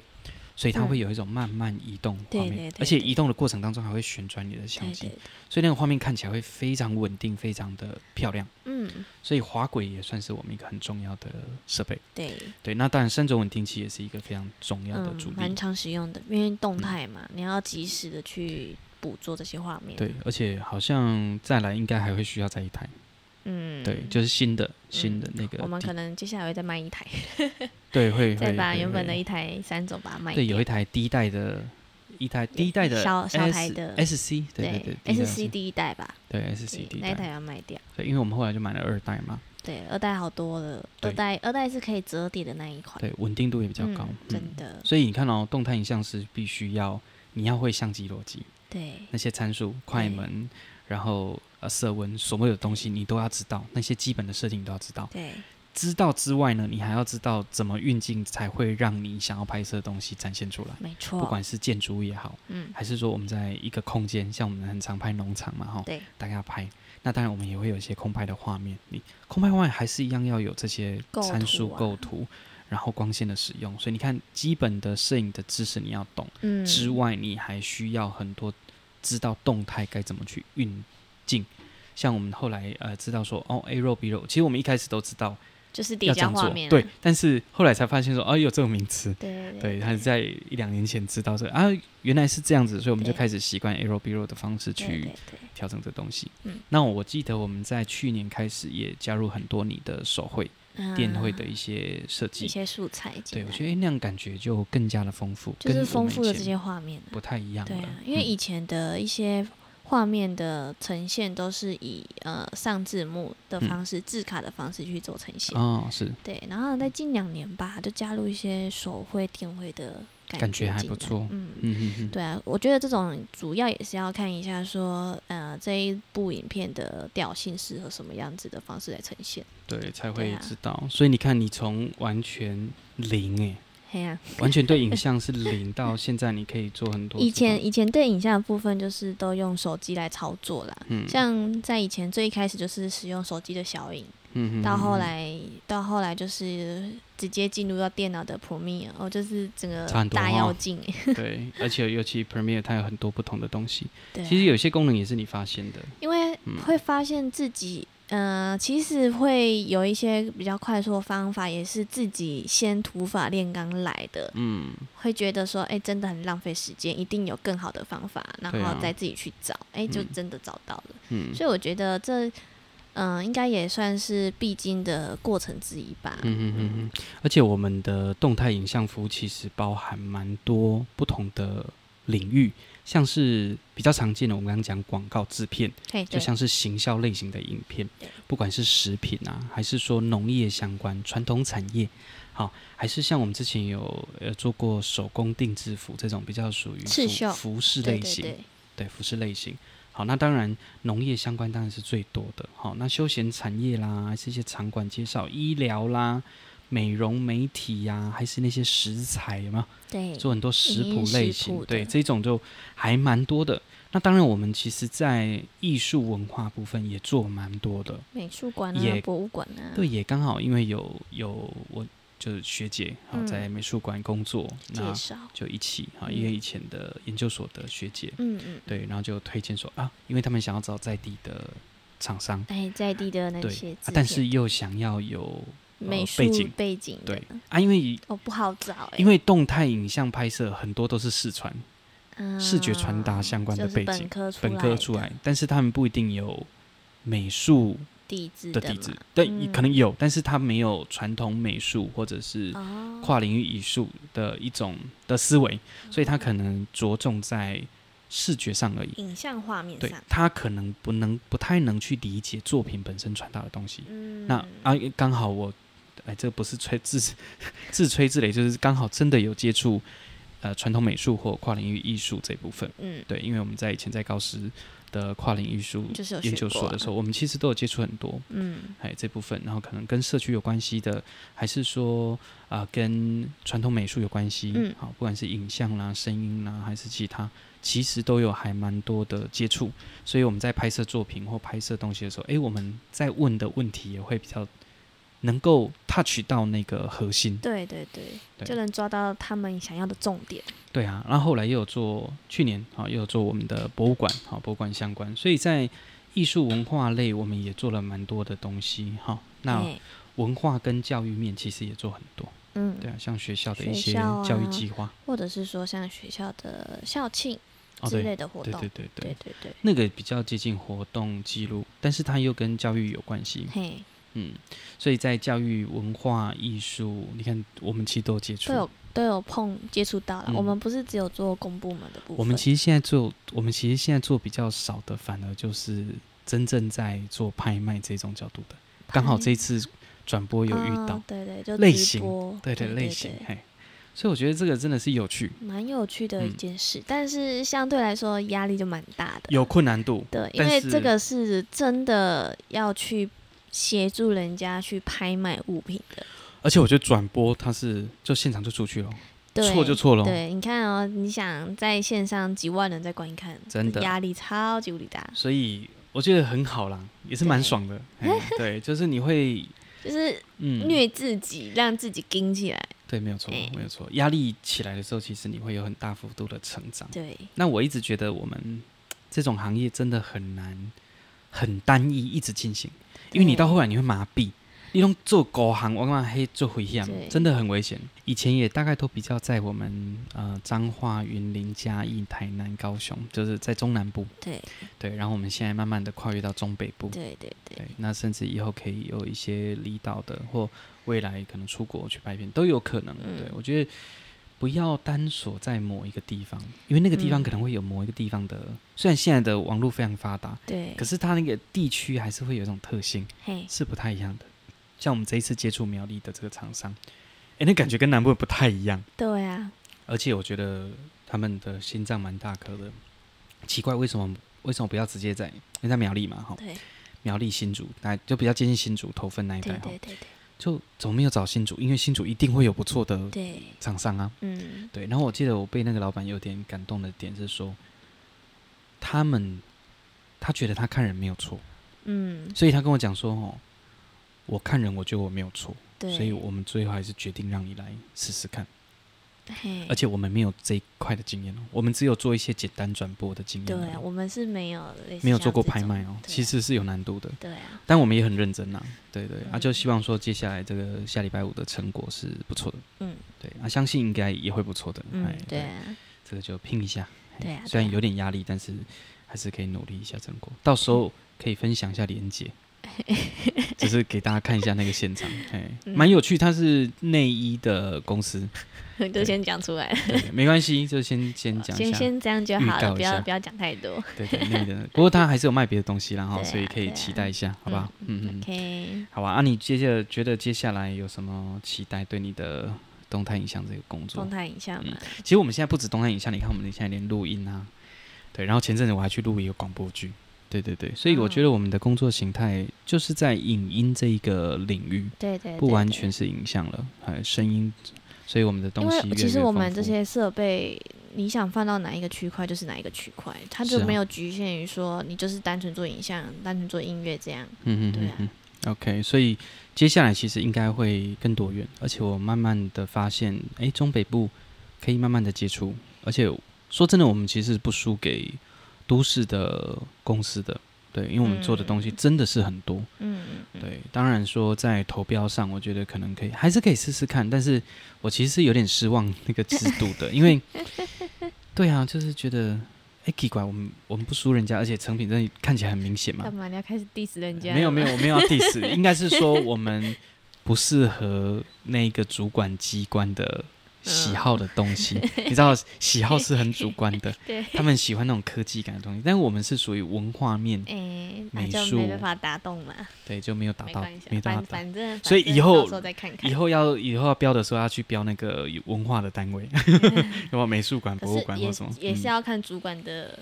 [SPEAKER 1] 所以它
[SPEAKER 2] 嗯
[SPEAKER 1] 会有一种慢慢移动画面，
[SPEAKER 2] 对对对
[SPEAKER 1] 而且
[SPEAKER 2] 对
[SPEAKER 1] 移动的过程当中还会旋转你的相
[SPEAKER 2] 对
[SPEAKER 1] 机，
[SPEAKER 2] 对，
[SPEAKER 1] 所以那个画面看起来会非常稳定，非常的漂亮。
[SPEAKER 2] 嗯，
[SPEAKER 1] 所以滑轨也算是我们一个很重要的设备。
[SPEAKER 2] 对，
[SPEAKER 1] 对，那当然生轴稳定器也是一个非常重要的主
[SPEAKER 2] 嗯，
[SPEAKER 1] 力。
[SPEAKER 2] 蛮常使用的，因为动
[SPEAKER 1] 嗯
[SPEAKER 2] 态嘛，你要及时的去捕捉这些画面，，
[SPEAKER 1] 对，而且好像再来应该还会需要再一台。
[SPEAKER 2] 嗯，
[SPEAKER 1] 对，就是新的新的那个地，
[SPEAKER 2] 我们可能接下来会再卖一台，
[SPEAKER 1] 对会
[SPEAKER 2] 再
[SPEAKER 1] 会
[SPEAKER 2] 把
[SPEAKER 1] 会
[SPEAKER 2] 原本的
[SPEAKER 1] 会
[SPEAKER 2] 一台三种把它卖
[SPEAKER 1] 对有
[SPEAKER 2] 掉
[SPEAKER 1] 一台第一代的，一台第一代的
[SPEAKER 2] 小小台
[SPEAKER 1] S-
[SPEAKER 2] 的
[SPEAKER 1] SC，
[SPEAKER 2] 对
[SPEAKER 1] 对
[SPEAKER 2] 哎
[SPEAKER 1] 对
[SPEAKER 2] ，SC 第一代吧，
[SPEAKER 1] 对 SC
[SPEAKER 2] 对
[SPEAKER 1] 第一
[SPEAKER 2] 那一台
[SPEAKER 1] 代，
[SPEAKER 2] 要卖掉。
[SPEAKER 1] 对，因为我们后来就买了二代嘛，
[SPEAKER 2] 对，二代好多了，
[SPEAKER 1] 对
[SPEAKER 2] 二代二代是可以折叠的那一款，
[SPEAKER 1] 对，稳定度也比较
[SPEAKER 2] 嗯
[SPEAKER 1] 高，嗯
[SPEAKER 2] 真，的，
[SPEAKER 1] 所以你看哦，动态影像是必须要你要会相机逻辑，
[SPEAKER 2] 对
[SPEAKER 1] 那些参数、快
[SPEAKER 2] 对
[SPEAKER 1] 门，然后呃色温，所有的东西你都要知道，那些基本的设定你都要知道。
[SPEAKER 2] 对
[SPEAKER 1] 知道之外呢，你还要知道怎么运镜才会让你想要拍摄的东西展现出来，
[SPEAKER 2] 没错，
[SPEAKER 1] 不管是建筑物也好。
[SPEAKER 2] 嗯，
[SPEAKER 1] 还是说我们在一个空间，像我们很常拍农场嘛，哈，
[SPEAKER 2] 对，
[SPEAKER 1] 大家拍。那当然，我们也会有一些空拍的画面。你空拍画面还是一样要有这些
[SPEAKER 2] 构图啊
[SPEAKER 1] 参数构图，然后光线的使用。所以你看，基本的摄影的知识你要懂，
[SPEAKER 2] 嗯，
[SPEAKER 1] 之外你还需要很多知道动态该怎么去运镜。像我们后来呃知道说，哦，A roll B roll，其实我们一开始都知道
[SPEAKER 2] 就是叠
[SPEAKER 1] 要这
[SPEAKER 2] 加
[SPEAKER 1] 样
[SPEAKER 2] 画
[SPEAKER 1] 做，
[SPEAKER 2] 面啊，
[SPEAKER 1] 对，但是后来才发现说，哦，有这个名词。
[SPEAKER 2] 对
[SPEAKER 1] 对，他是在一两年前知道这个啊，原来是这样子，所以我们就
[SPEAKER 2] 对
[SPEAKER 1] 开始习惯 arrow b r o 的方式
[SPEAKER 2] 对
[SPEAKER 1] 去
[SPEAKER 2] 对对
[SPEAKER 1] 调整这东西。
[SPEAKER 2] 嗯，
[SPEAKER 1] 那我记得我们在去年开始也加入很多你的手绘、
[SPEAKER 2] 嗯
[SPEAKER 1] 电绘的一些设计
[SPEAKER 2] 一，些素材进
[SPEAKER 1] 对
[SPEAKER 2] 来，
[SPEAKER 1] 我觉得诶那样感觉就更加的丰富，
[SPEAKER 2] 就
[SPEAKER 1] 跟
[SPEAKER 2] 是
[SPEAKER 1] 我
[SPEAKER 2] 丰
[SPEAKER 1] 们以
[SPEAKER 2] 富的
[SPEAKER 1] 前
[SPEAKER 2] 这些画面啊，
[SPEAKER 1] 不太一样了。
[SPEAKER 2] 对啊，因为
[SPEAKER 1] 嗯
[SPEAKER 2] 以前的一些画面的呈现都是以呃上字幕的
[SPEAKER 1] 嗯
[SPEAKER 2] 方式、字卡的方式去做呈现，
[SPEAKER 1] 哦是
[SPEAKER 2] 对，然后在近两年吧，就加入一些手绘、电绘的感
[SPEAKER 1] 感觉还
[SPEAKER 2] 进
[SPEAKER 1] 不
[SPEAKER 2] 来
[SPEAKER 1] 错
[SPEAKER 2] 嗯。
[SPEAKER 1] 嗯嗯嗯，
[SPEAKER 2] 对啊，我觉得这种主要也是要看一下说，呃，这一部影片的调性适合什么样子的方式来呈现。
[SPEAKER 1] 对才
[SPEAKER 2] 对
[SPEAKER 1] 会
[SPEAKER 2] 啊
[SPEAKER 1] 知道。所以你看，你从完全零诶、
[SPEAKER 2] 嘿呀、
[SPEAKER 1] 完全对影像是零，到现在你可以做很多
[SPEAKER 2] 以
[SPEAKER 1] 这
[SPEAKER 2] 前
[SPEAKER 1] 种
[SPEAKER 2] 以前对影像的部分就是都用手机来操作啦，
[SPEAKER 1] 嗯
[SPEAKER 2] 像在以前最一开始就是使用手机的小影，
[SPEAKER 1] 嗯嗯
[SPEAKER 2] 到后
[SPEAKER 1] 嗯嗯
[SPEAKER 2] 来到后来就是直接进入到电脑的 Premiere，哦，就是整个
[SPEAKER 1] 差很多
[SPEAKER 2] 大
[SPEAKER 1] 哦
[SPEAKER 2] 跃进。
[SPEAKER 1] 对，而且尤其 Premiere 它有很多不同的东西，
[SPEAKER 2] 对啊、
[SPEAKER 1] 其实有些功能也是你发现的，
[SPEAKER 2] 因为
[SPEAKER 1] 嗯
[SPEAKER 2] 会发现自己，嗯、其实会有一些比较快速的方法，也是自己先土法炼钢来的，
[SPEAKER 1] 嗯，
[SPEAKER 2] 会觉得说，哎、真的很浪费时间，一定有更好的方法，然
[SPEAKER 1] 对啊
[SPEAKER 2] 后再自己去找，哎、就
[SPEAKER 1] 嗯
[SPEAKER 2] 真的找到了。
[SPEAKER 1] 嗯
[SPEAKER 2] 所以我觉得这，嗯、应该也算是必经的过程之一吧。
[SPEAKER 1] 嗯嗯嗯嗯，而且我们的动态影像服务其实包含蛮多不同的领域，像是比较常见的，我们刚刚讲广告制片，
[SPEAKER 2] 嘿，
[SPEAKER 1] 就
[SPEAKER 2] 对，
[SPEAKER 1] 像是行销类型的影片
[SPEAKER 2] 对，
[SPEAKER 1] 不管是食品啊，还是说农业相关、传统产业，好、还是像我们之前有呃做过手工定制服这种比较属于
[SPEAKER 2] 刺
[SPEAKER 1] 服
[SPEAKER 2] 绣
[SPEAKER 1] 服饰
[SPEAKER 2] 对
[SPEAKER 1] 类
[SPEAKER 2] 对
[SPEAKER 1] 型，
[SPEAKER 2] 对，
[SPEAKER 1] 对，服饰类型。好，那当然农业相关当然是最多的。好，那休闲产业啦，还是一些场馆介绍、医疗啦、美容媒体呀、还是那些食材有没有
[SPEAKER 2] 对，
[SPEAKER 1] 做很多食
[SPEAKER 2] 营
[SPEAKER 1] 谱
[SPEAKER 2] 养
[SPEAKER 1] 类
[SPEAKER 2] 食
[SPEAKER 1] 型？
[SPEAKER 2] 谱
[SPEAKER 1] 对，
[SPEAKER 2] 的
[SPEAKER 1] 这种就还蛮多的。那当然，我们其实在艺术文化部分也做蛮多的。
[SPEAKER 2] 美术馆
[SPEAKER 1] 也
[SPEAKER 2] 啊，博物馆啊，
[SPEAKER 1] 对，也刚好因为有有我就是学姐，好
[SPEAKER 2] 嗯
[SPEAKER 1] 在美术馆工作，
[SPEAKER 2] 介
[SPEAKER 1] 那
[SPEAKER 2] 绍，
[SPEAKER 1] 就一起哈，
[SPEAKER 2] 嗯
[SPEAKER 1] 因为以前的研究所的学姐，
[SPEAKER 2] 嗯嗯，
[SPEAKER 1] 对，然后就推荐说啊，因为他们想要找在地的厂商，
[SPEAKER 2] 哎，在地的那
[SPEAKER 1] 对
[SPEAKER 2] 些、
[SPEAKER 1] 啊，但是又想要有
[SPEAKER 2] 美
[SPEAKER 1] 呃
[SPEAKER 2] 术
[SPEAKER 1] 背景
[SPEAKER 2] 背景的
[SPEAKER 1] 对啊，因为
[SPEAKER 2] 哦不好找、欸，
[SPEAKER 1] 因为动态影像拍摄很多都是试穿，
[SPEAKER 2] 嗯
[SPEAKER 1] 视觉传达相关的
[SPEAKER 2] 就是
[SPEAKER 1] 背景
[SPEAKER 2] 本科出
[SPEAKER 1] 本科
[SPEAKER 2] 来
[SPEAKER 1] 出
[SPEAKER 2] 的
[SPEAKER 1] 来，但是他们不一定有美术
[SPEAKER 2] 地质
[SPEAKER 1] 的
[SPEAKER 2] 的
[SPEAKER 1] 底子
[SPEAKER 2] 嘛，
[SPEAKER 1] 对，
[SPEAKER 2] 嗯
[SPEAKER 1] 可能有，但是他没有传统美术或者是
[SPEAKER 2] 哦，
[SPEAKER 1] 跨领域艺术的一种的思维，
[SPEAKER 2] 嗯
[SPEAKER 1] 所以他可能着重在视觉上而已。
[SPEAKER 2] 影像画面
[SPEAKER 1] 对
[SPEAKER 2] 上，
[SPEAKER 1] 他可能不能不太能去理解作品本身传达的东西。
[SPEAKER 2] 嗯，
[SPEAKER 1] 那啊，刚好我，哎，这不是吹自 自吹自擂，就是刚好真的有接触呃传统美术或跨领域艺术这部分。
[SPEAKER 2] 嗯，
[SPEAKER 1] 对，因为我们在以前在高师的跨领域艺术
[SPEAKER 2] 就是有
[SPEAKER 1] 研
[SPEAKER 2] 学
[SPEAKER 1] 究所
[SPEAKER 2] 过
[SPEAKER 1] 的
[SPEAKER 2] 啊
[SPEAKER 1] 时候，我们其实都有接触很多，
[SPEAKER 2] 嗯
[SPEAKER 1] 哎这部分，然后可能跟社区有关系的，还是说啊、跟传统美术有关系，
[SPEAKER 2] 嗯
[SPEAKER 1] 好，不管是影像啦、声音啦，还是其他，其实都有还蛮多的接触，所以我们在拍摄作品或拍摄东西的时候，哎，我们在问的问题也会比较能够 touch 到那个核心，
[SPEAKER 2] 对对对，
[SPEAKER 1] 对
[SPEAKER 2] 就能抓到他们想要的重点。
[SPEAKER 1] 对啊，然后后来又有做去年啊、又有做我们的博物馆啊、博物馆相关，所以在艺术文化类我们也做了蛮多的东西哈、那、
[SPEAKER 2] 嘿
[SPEAKER 1] 文化跟教育面其实也做很多，
[SPEAKER 2] 嗯，
[SPEAKER 1] 对啊，像学校的一
[SPEAKER 2] 学
[SPEAKER 1] 些
[SPEAKER 2] 校啊
[SPEAKER 1] 教育计划，
[SPEAKER 2] 或者是说像学校的校庆
[SPEAKER 1] 哦，
[SPEAKER 2] 之
[SPEAKER 1] 对，
[SPEAKER 2] 类
[SPEAKER 1] 对
[SPEAKER 2] 的活
[SPEAKER 1] 对
[SPEAKER 2] 动，
[SPEAKER 1] 对对
[SPEAKER 2] 对对对，
[SPEAKER 1] 那个比较接近活动记录，但是它又跟教育有关系，
[SPEAKER 2] 嘿，
[SPEAKER 1] 嗯，所以在教育、文化、艺术，你看我们其实都有接触
[SPEAKER 2] 都，有都有碰接触到了。
[SPEAKER 1] 嗯
[SPEAKER 2] 我们不是只有做公部门的部分，
[SPEAKER 1] 我们其实现在做，我们其实现在做比较少的，反而就是真正在做拍卖这种角度的，刚好这一次转播有遇到
[SPEAKER 2] 啊，对对，就
[SPEAKER 1] 类
[SPEAKER 2] 直
[SPEAKER 1] 型
[SPEAKER 2] 播
[SPEAKER 1] 对
[SPEAKER 2] 对
[SPEAKER 1] 对类型，嘿，所以我觉得这个真的是有趣，
[SPEAKER 2] 蛮有趣的一
[SPEAKER 1] 嗯
[SPEAKER 2] 件事，但是相对来说压力就蛮大的。
[SPEAKER 1] 有困难度，
[SPEAKER 2] 对，因
[SPEAKER 1] 但
[SPEAKER 2] 为
[SPEAKER 1] 是
[SPEAKER 2] 这个是真的要去协助人家去拍卖物品的。
[SPEAKER 1] 而且我觉得转播它是就现场就出去了，
[SPEAKER 2] 对，
[SPEAKER 1] 错就错了哦，
[SPEAKER 2] 对，你看哦，你想在线上几万人在观看，
[SPEAKER 1] 真的
[SPEAKER 2] 压力超级无敌大，
[SPEAKER 1] 所以我觉得很好啦，也是蛮
[SPEAKER 2] 对
[SPEAKER 1] 爽的，嘿 对，就是你会
[SPEAKER 2] 就是
[SPEAKER 1] 嗯，
[SPEAKER 2] 虐自己，让自己盯起来。
[SPEAKER 1] 对，没有错
[SPEAKER 2] 哎，
[SPEAKER 1] 没有错，压力起来的时候，其实你会有很大幅度的成长。
[SPEAKER 2] 对，
[SPEAKER 1] 那我一直觉得我们这种行业真的很难，很单一一直进行，因为你
[SPEAKER 2] 对
[SPEAKER 1] 到后来你会麻痹。你用做狗行，我感觉黑做回险
[SPEAKER 2] 对
[SPEAKER 1] 真的很危险。以前也大概都比较在我们呃彰化、云林、嘉义、台南、高雄，就是在中南部。
[SPEAKER 2] 对，
[SPEAKER 1] 对，然后我们现在慢慢的跨越到中北部。
[SPEAKER 2] 对，对，对，
[SPEAKER 1] 对，那甚至以后可以有一些离岛的，或未来可能出国去拍片都有可能。
[SPEAKER 2] 嗯
[SPEAKER 1] 对我觉得不要单锁在某一个地方，因为那个地方
[SPEAKER 2] 嗯
[SPEAKER 1] 可能会有某一个地方的，虽然现在的网络非常发达，
[SPEAKER 2] 对，
[SPEAKER 1] 可是它那个地区还是会有一种特性，
[SPEAKER 2] 嘿，
[SPEAKER 1] 是不太一样的。像我们这一次接触苗栗的这个厂商，诶，那感觉跟南部不太一样，
[SPEAKER 2] 对啊，
[SPEAKER 1] 而且我觉得他们的心脏蛮大颗的。奇怪，为什么为什么不要直接在因为在苗栗嘛？哈，
[SPEAKER 2] 对，
[SPEAKER 1] 苗栗新竹，那就比较接近新竹投分那一带
[SPEAKER 2] 对，
[SPEAKER 1] 哈
[SPEAKER 2] 对，，对，对，
[SPEAKER 1] 就怎么没有找新竹？因为新竹一定会有不错的
[SPEAKER 2] 对，
[SPEAKER 1] 厂商啊。
[SPEAKER 2] 嗯，
[SPEAKER 1] 对，然后我记得我被那个老板有点感动的点是说，他们他觉得他看人没有错，
[SPEAKER 2] 嗯，
[SPEAKER 1] 所以他跟我讲说哦，我看人我觉得我没有错，
[SPEAKER 2] 对，
[SPEAKER 1] 所以我们最后还是决定让你来试试看，
[SPEAKER 2] 嘿
[SPEAKER 1] 而，且我们没有这一块的经验哦，我们只有做一些简单转播的经验
[SPEAKER 2] 对
[SPEAKER 1] 而已，
[SPEAKER 2] 啊，我们是没有类似
[SPEAKER 1] 没有做
[SPEAKER 2] 像
[SPEAKER 1] 过
[SPEAKER 2] 这
[SPEAKER 1] 拍
[SPEAKER 2] 种
[SPEAKER 1] 卖哦，
[SPEAKER 2] 对
[SPEAKER 1] 其
[SPEAKER 2] 啊
[SPEAKER 1] 实是有难度的。
[SPEAKER 2] 对啊，
[SPEAKER 1] 但我们也很认真呐、对对啊，
[SPEAKER 2] 嗯
[SPEAKER 1] 就希望说接下来这个下礼拜五的成果是不错的，
[SPEAKER 2] 嗯
[SPEAKER 1] 对啊，相信应该也会不错的，哎
[SPEAKER 2] 嗯，对啊，
[SPEAKER 1] 这个就拼一下，哎
[SPEAKER 2] 对啊
[SPEAKER 1] 虽然
[SPEAKER 2] 对啊
[SPEAKER 1] 有点压力，但是还是可以努力一下成果，到时候可以分享一下 连接，只是给大家看一下那个现场，哎，
[SPEAKER 2] 嗯
[SPEAKER 1] 蛮有趣，它是内衣的公司，
[SPEAKER 2] 就先讲出来，
[SPEAKER 1] 对， 对没关系，就先先讲一
[SPEAKER 2] 先
[SPEAKER 1] 下，
[SPEAKER 2] 先这样就
[SPEAKER 1] 预
[SPEAKER 2] 好
[SPEAKER 1] 告
[SPEAKER 2] 了，
[SPEAKER 1] 一
[SPEAKER 2] 不要
[SPEAKER 1] 下
[SPEAKER 2] 不要讲太多。
[SPEAKER 1] 对对内衣的，不过它还是有卖别的东西啦，然后
[SPEAKER 2] 对啊
[SPEAKER 1] 所以可以
[SPEAKER 2] 对啊
[SPEAKER 1] 期待一下，好不好？嗯嗯。
[SPEAKER 2] OK，
[SPEAKER 1] 好吧，啊，你接着觉得接下来有什么期待对你的动态影像这个工作
[SPEAKER 2] 动？态影像嘛，
[SPEAKER 1] 其实我们现在不止动态影像，你看我们现在连录音啊，对，然后前阵子我还去录一个广播剧，对对
[SPEAKER 2] 嗯
[SPEAKER 1] 对，所以我觉得我们的工作形态就是在影音这一个领域，
[SPEAKER 2] 对对，
[SPEAKER 1] 不
[SPEAKER 2] 对
[SPEAKER 1] 完
[SPEAKER 2] 对
[SPEAKER 1] 全是影像了，还有声音，所以我们的东
[SPEAKER 2] 因
[SPEAKER 1] 西
[SPEAKER 2] 为
[SPEAKER 1] 越来
[SPEAKER 2] 其实
[SPEAKER 1] 越
[SPEAKER 2] 我
[SPEAKER 1] 丰
[SPEAKER 2] 们这
[SPEAKER 1] 富
[SPEAKER 2] 些设备，你想放到哪一个区块就是哪一个区块，它
[SPEAKER 1] 是
[SPEAKER 2] 就
[SPEAKER 1] 啊
[SPEAKER 2] 没有局限于说你就是单纯做影像、单纯做音乐这样。
[SPEAKER 1] 嗯嗯
[SPEAKER 2] 对
[SPEAKER 1] 嗯
[SPEAKER 2] 啊
[SPEAKER 1] 嗯，OK，所以接下来其实应该会更多元，而且我慢慢的发现，哎，中北部可以慢慢的接触，而且说真的，我们其实不输给都市的公司的，对，因为我们做的东西真的是很多，
[SPEAKER 2] 嗯，嗯，
[SPEAKER 1] 对，当然说在投标上，我觉得可能可以， 还是可以试试看，但是我其实是有点失望那个制度的，因为对啊，就是觉得哎、奇怪，我们我们不输人家，而且成品真的看起来很明显嘛
[SPEAKER 2] 干。嘛你要开始 diss 人家？
[SPEAKER 1] 没有没有，，我没有 要 diss，应该是说我们不适合那个主管机关的
[SPEAKER 2] 嗯
[SPEAKER 1] 喜好的东 西。你知道，喜好是很主观的，
[SPEAKER 2] 对，
[SPEAKER 1] 他们喜欢那种科技感的东西，但我们是属于文化面，
[SPEAKER 2] 哎，那
[SPEAKER 1] 美
[SPEAKER 2] 就
[SPEAKER 1] 术
[SPEAKER 2] 没办法打动嘛，
[SPEAKER 1] 对，就没有达
[SPEAKER 2] 没
[SPEAKER 1] 到
[SPEAKER 2] 关系，啊，
[SPEAKER 1] 没达
[SPEAKER 2] 反
[SPEAKER 1] 到。
[SPEAKER 2] 反正，
[SPEAKER 1] 所以
[SPEAKER 2] 反正
[SPEAKER 1] 以后
[SPEAKER 2] 到时候再看看
[SPEAKER 1] 以。后要以后要标的时候要去标那个文化的单 位，有没有美术馆、
[SPEAKER 2] 可
[SPEAKER 1] 博物馆
[SPEAKER 2] 是也
[SPEAKER 1] 或什么？
[SPEAKER 2] 也是
[SPEAKER 1] 嗯
[SPEAKER 2] 要看主管的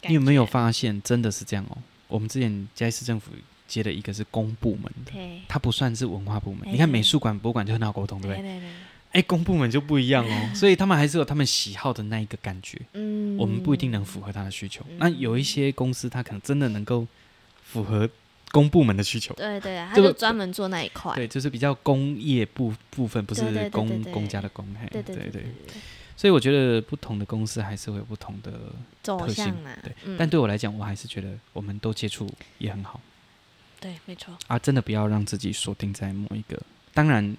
[SPEAKER 2] 感觉。
[SPEAKER 1] 你有没有发现真的是这样哦？我们之前嘉义市政府接的一个是公部门的，
[SPEAKER 2] 对？
[SPEAKER 1] 它不算是文化部门。
[SPEAKER 2] 哎
[SPEAKER 1] 你看美术馆、博物馆就很好沟通，对
[SPEAKER 2] 对
[SPEAKER 1] 不
[SPEAKER 2] 对对
[SPEAKER 1] 对？
[SPEAKER 2] 对，
[SPEAKER 1] 哎，公部门就不一样 哦，所以他们还是有他们喜好的那一个感觉，
[SPEAKER 2] 嗯，
[SPEAKER 1] 我们不一定能符合他的需求
[SPEAKER 2] 嗯。
[SPEAKER 1] 那有一些公司，它可能真的能够符合公部门的需求。
[SPEAKER 2] 对对啊，他
[SPEAKER 1] 这个
[SPEAKER 2] 就专门做那一块。
[SPEAKER 1] 对，就是比较工业部部分，不
[SPEAKER 2] 对对
[SPEAKER 1] 是
[SPEAKER 2] 对
[SPEAKER 1] 公
[SPEAKER 2] 对
[SPEAKER 1] 公家的公，嘿
[SPEAKER 2] 对
[SPEAKER 1] 对
[SPEAKER 2] 对对，
[SPEAKER 1] 所以我觉得不同的公司还是会有不同的，
[SPEAKER 2] 走
[SPEAKER 1] 特性
[SPEAKER 2] 向嘛。
[SPEAKER 1] 对
[SPEAKER 2] 嗯
[SPEAKER 1] 但对我来讲，我还是觉得我们都接触也很好。
[SPEAKER 2] 对，没错。
[SPEAKER 1] 啊，真的不要让自己锁定在某一个。当然，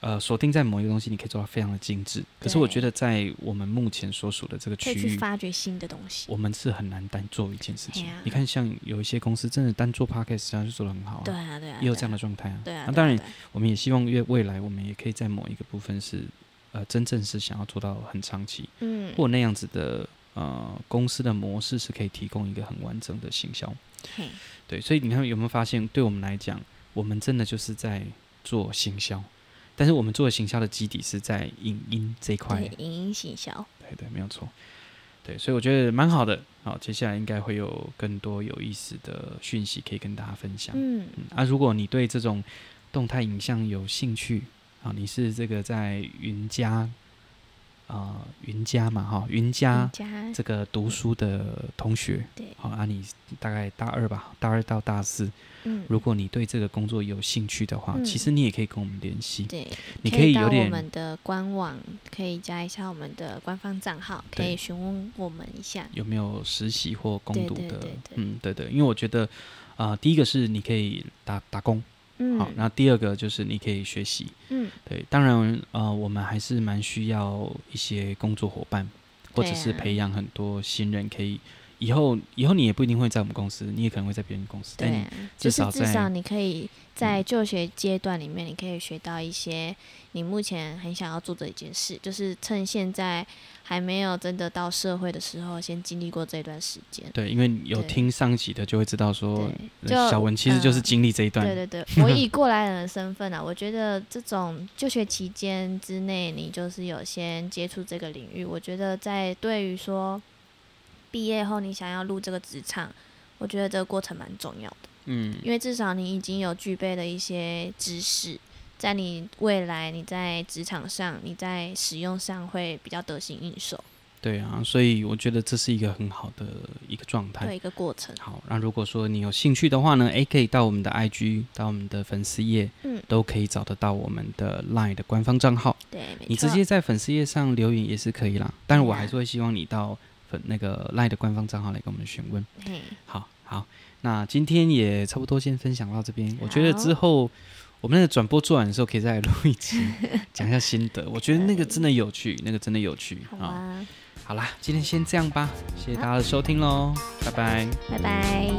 [SPEAKER 1] 呃，锁定在某一个东西，你可以做到非常的精致。可是我觉得，在我们目前所属的这个
[SPEAKER 2] 可
[SPEAKER 1] 区
[SPEAKER 2] 以去
[SPEAKER 1] 域，
[SPEAKER 2] 发掘新的东西。
[SPEAKER 1] 我们是很难单做一件事情。
[SPEAKER 2] 嘿啊
[SPEAKER 1] 你看，像有一些公司真的单做 podcast，这样就做得很好、啊，
[SPEAKER 2] 对啊，对啊，
[SPEAKER 1] 也有
[SPEAKER 2] 对
[SPEAKER 1] 这样
[SPEAKER 2] 啊
[SPEAKER 1] 的状态啊。
[SPEAKER 2] 对啊，
[SPEAKER 1] 那
[SPEAKER 2] 对
[SPEAKER 1] 当
[SPEAKER 2] 啊
[SPEAKER 1] 然，
[SPEAKER 2] 对啊
[SPEAKER 1] 我们也希望越未来，我们也可以在某一个部分是，呃，真正是想要做到很长期，
[SPEAKER 2] 嗯，
[SPEAKER 1] 或那样子的呃公司的模式是可以提供一个很完整的行销
[SPEAKER 2] 嘿
[SPEAKER 1] 对，所以你看有没有发现，对我们来讲，我们真的就是在做行销，但是我们做行销的基底是在影音这一块。
[SPEAKER 2] 对影音行销，
[SPEAKER 1] 对对，没有错。对，所以我觉得蛮好的。好，接下来应该会有更多有意思的讯息可以跟大家分享。
[SPEAKER 2] 嗯，
[SPEAKER 1] 嗯啊，如果你对这种动态影像有兴趣啊，你是这个在云家啊、呃云家嘛哈、云家
[SPEAKER 2] 人家
[SPEAKER 1] 这个读书的同学，
[SPEAKER 2] 对
[SPEAKER 1] 好啊，你大概大二吧，大二到大四，
[SPEAKER 2] 嗯，
[SPEAKER 1] 如果你对这个工作有兴趣的话，
[SPEAKER 2] 嗯
[SPEAKER 1] 其实你也可以跟我们联系。
[SPEAKER 2] 对，
[SPEAKER 1] 你
[SPEAKER 2] 可
[SPEAKER 1] 可以有
[SPEAKER 2] 到我
[SPEAKER 1] 点
[SPEAKER 2] 们的官网，可以加一下我们的官方账号，可
[SPEAKER 1] 对
[SPEAKER 2] 以询问我们一下。
[SPEAKER 1] 有没有实习或攻读
[SPEAKER 2] 对对对
[SPEAKER 1] 的？
[SPEAKER 2] 对
[SPEAKER 1] 嗯，对对，因为我觉得，啊，第一个是你可以打打工，
[SPEAKER 2] 嗯，
[SPEAKER 1] 好，那第二个就是你可以学习。
[SPEAKER 2] 嗯，
[SPEAKER 1] 对，当然，呃，我们还是蛮需要一些工作伙伴，或
[SPEAKER 2] 对
[SPEAKER 1] 者是
[SPEAKER 2] 啊
[SPEAKER 1] 培养很多新人，可以以后以后你也不一定会在我们公司，你也可能会在别人公司，但
[SPEAKER 2] 对
[SPEAKER 1] 哎你
[SPEAKER 2] 啊，就是
[SPEAKER 1] 少
[SPEAKER 2] 至
[SPEAKER 1] 在嗯
[SPEAKER 2] 少你可以在就学阶段里面，你可以学到一些你目前很想要做的一件事，就是趁现在还没有真的到社会的时候，先经历过这段时间。
[SPEAKER 1] 对，因为有
[SPEAKER 2] 对
[SPEAKER 1] 听上集的就会知道说，
[SPEAKER 2] 对，
[SPEAKER 1] 呃
[SPEAKER 2] 就
[SPEAKER 1] 小文其实就是
[SPEAKER 2] 嗯
[SPEAKER 1] 经历这一段，
[SPEAKER 2] 对对对，我以过来人的身份啊，我觉得这种就学期间之内，你就是有先接触这个领域，我觉得在对于说毕业后你想要入这个职场，我觉得这个过程蛮重要的，
[SPEAKER 1] 嗯，
[SPEAKER 2] 因为至少你已经有具备了一些知识，在你未来你在职场上你在使用上会比较得心应手
[SPEAKER 1] 对啊，所以我觉得这是一个很好的一个状
[SPEAKER 2] 的
[SPEAKER 1] 态。
[SPEAKER 2] 一个过程。
[SPEAKER 1] 好，那如果说你有兴趣的话呢，诶，可以到我们的 IG，到我们的粉丝页，
[SPEAKER 2] 嗯
[SPEAKER 1] 都可以找得到我们的 LINE 的官方账号。
[SPEAKER 2] 对，没
[SPEAKER 1] 你直
[SPEAKER 2] 错
[SPEAKER 1] 接在粉丝页上留言也是可以啦，但是我
[SPEAKER 2] 对啊
[SPEAKER 1] 还是会希望你到粉那个 LINE 的官方账号来跟我们询问。
[SPEAKER 2] 嘿，
[SPEAKER 1] 好好，那今天也差不多先分享到这边。我觉得
[SPEAKER 2] 好
[SPEAKER 1] 之后我们那个转播做完的时候，可以再来录一集，讲一下心得。我觉得那个真的有趣，那个真的有趣
[SPEAKER 2] 好
[SPEAKER 1] 啊
[SPEAKER 2] 啊，
[SPEAKER 1] 好啦，今天先这样吧，谢谢大家的收听喽，拜拜。
[SPEAKER 2] 拜拜。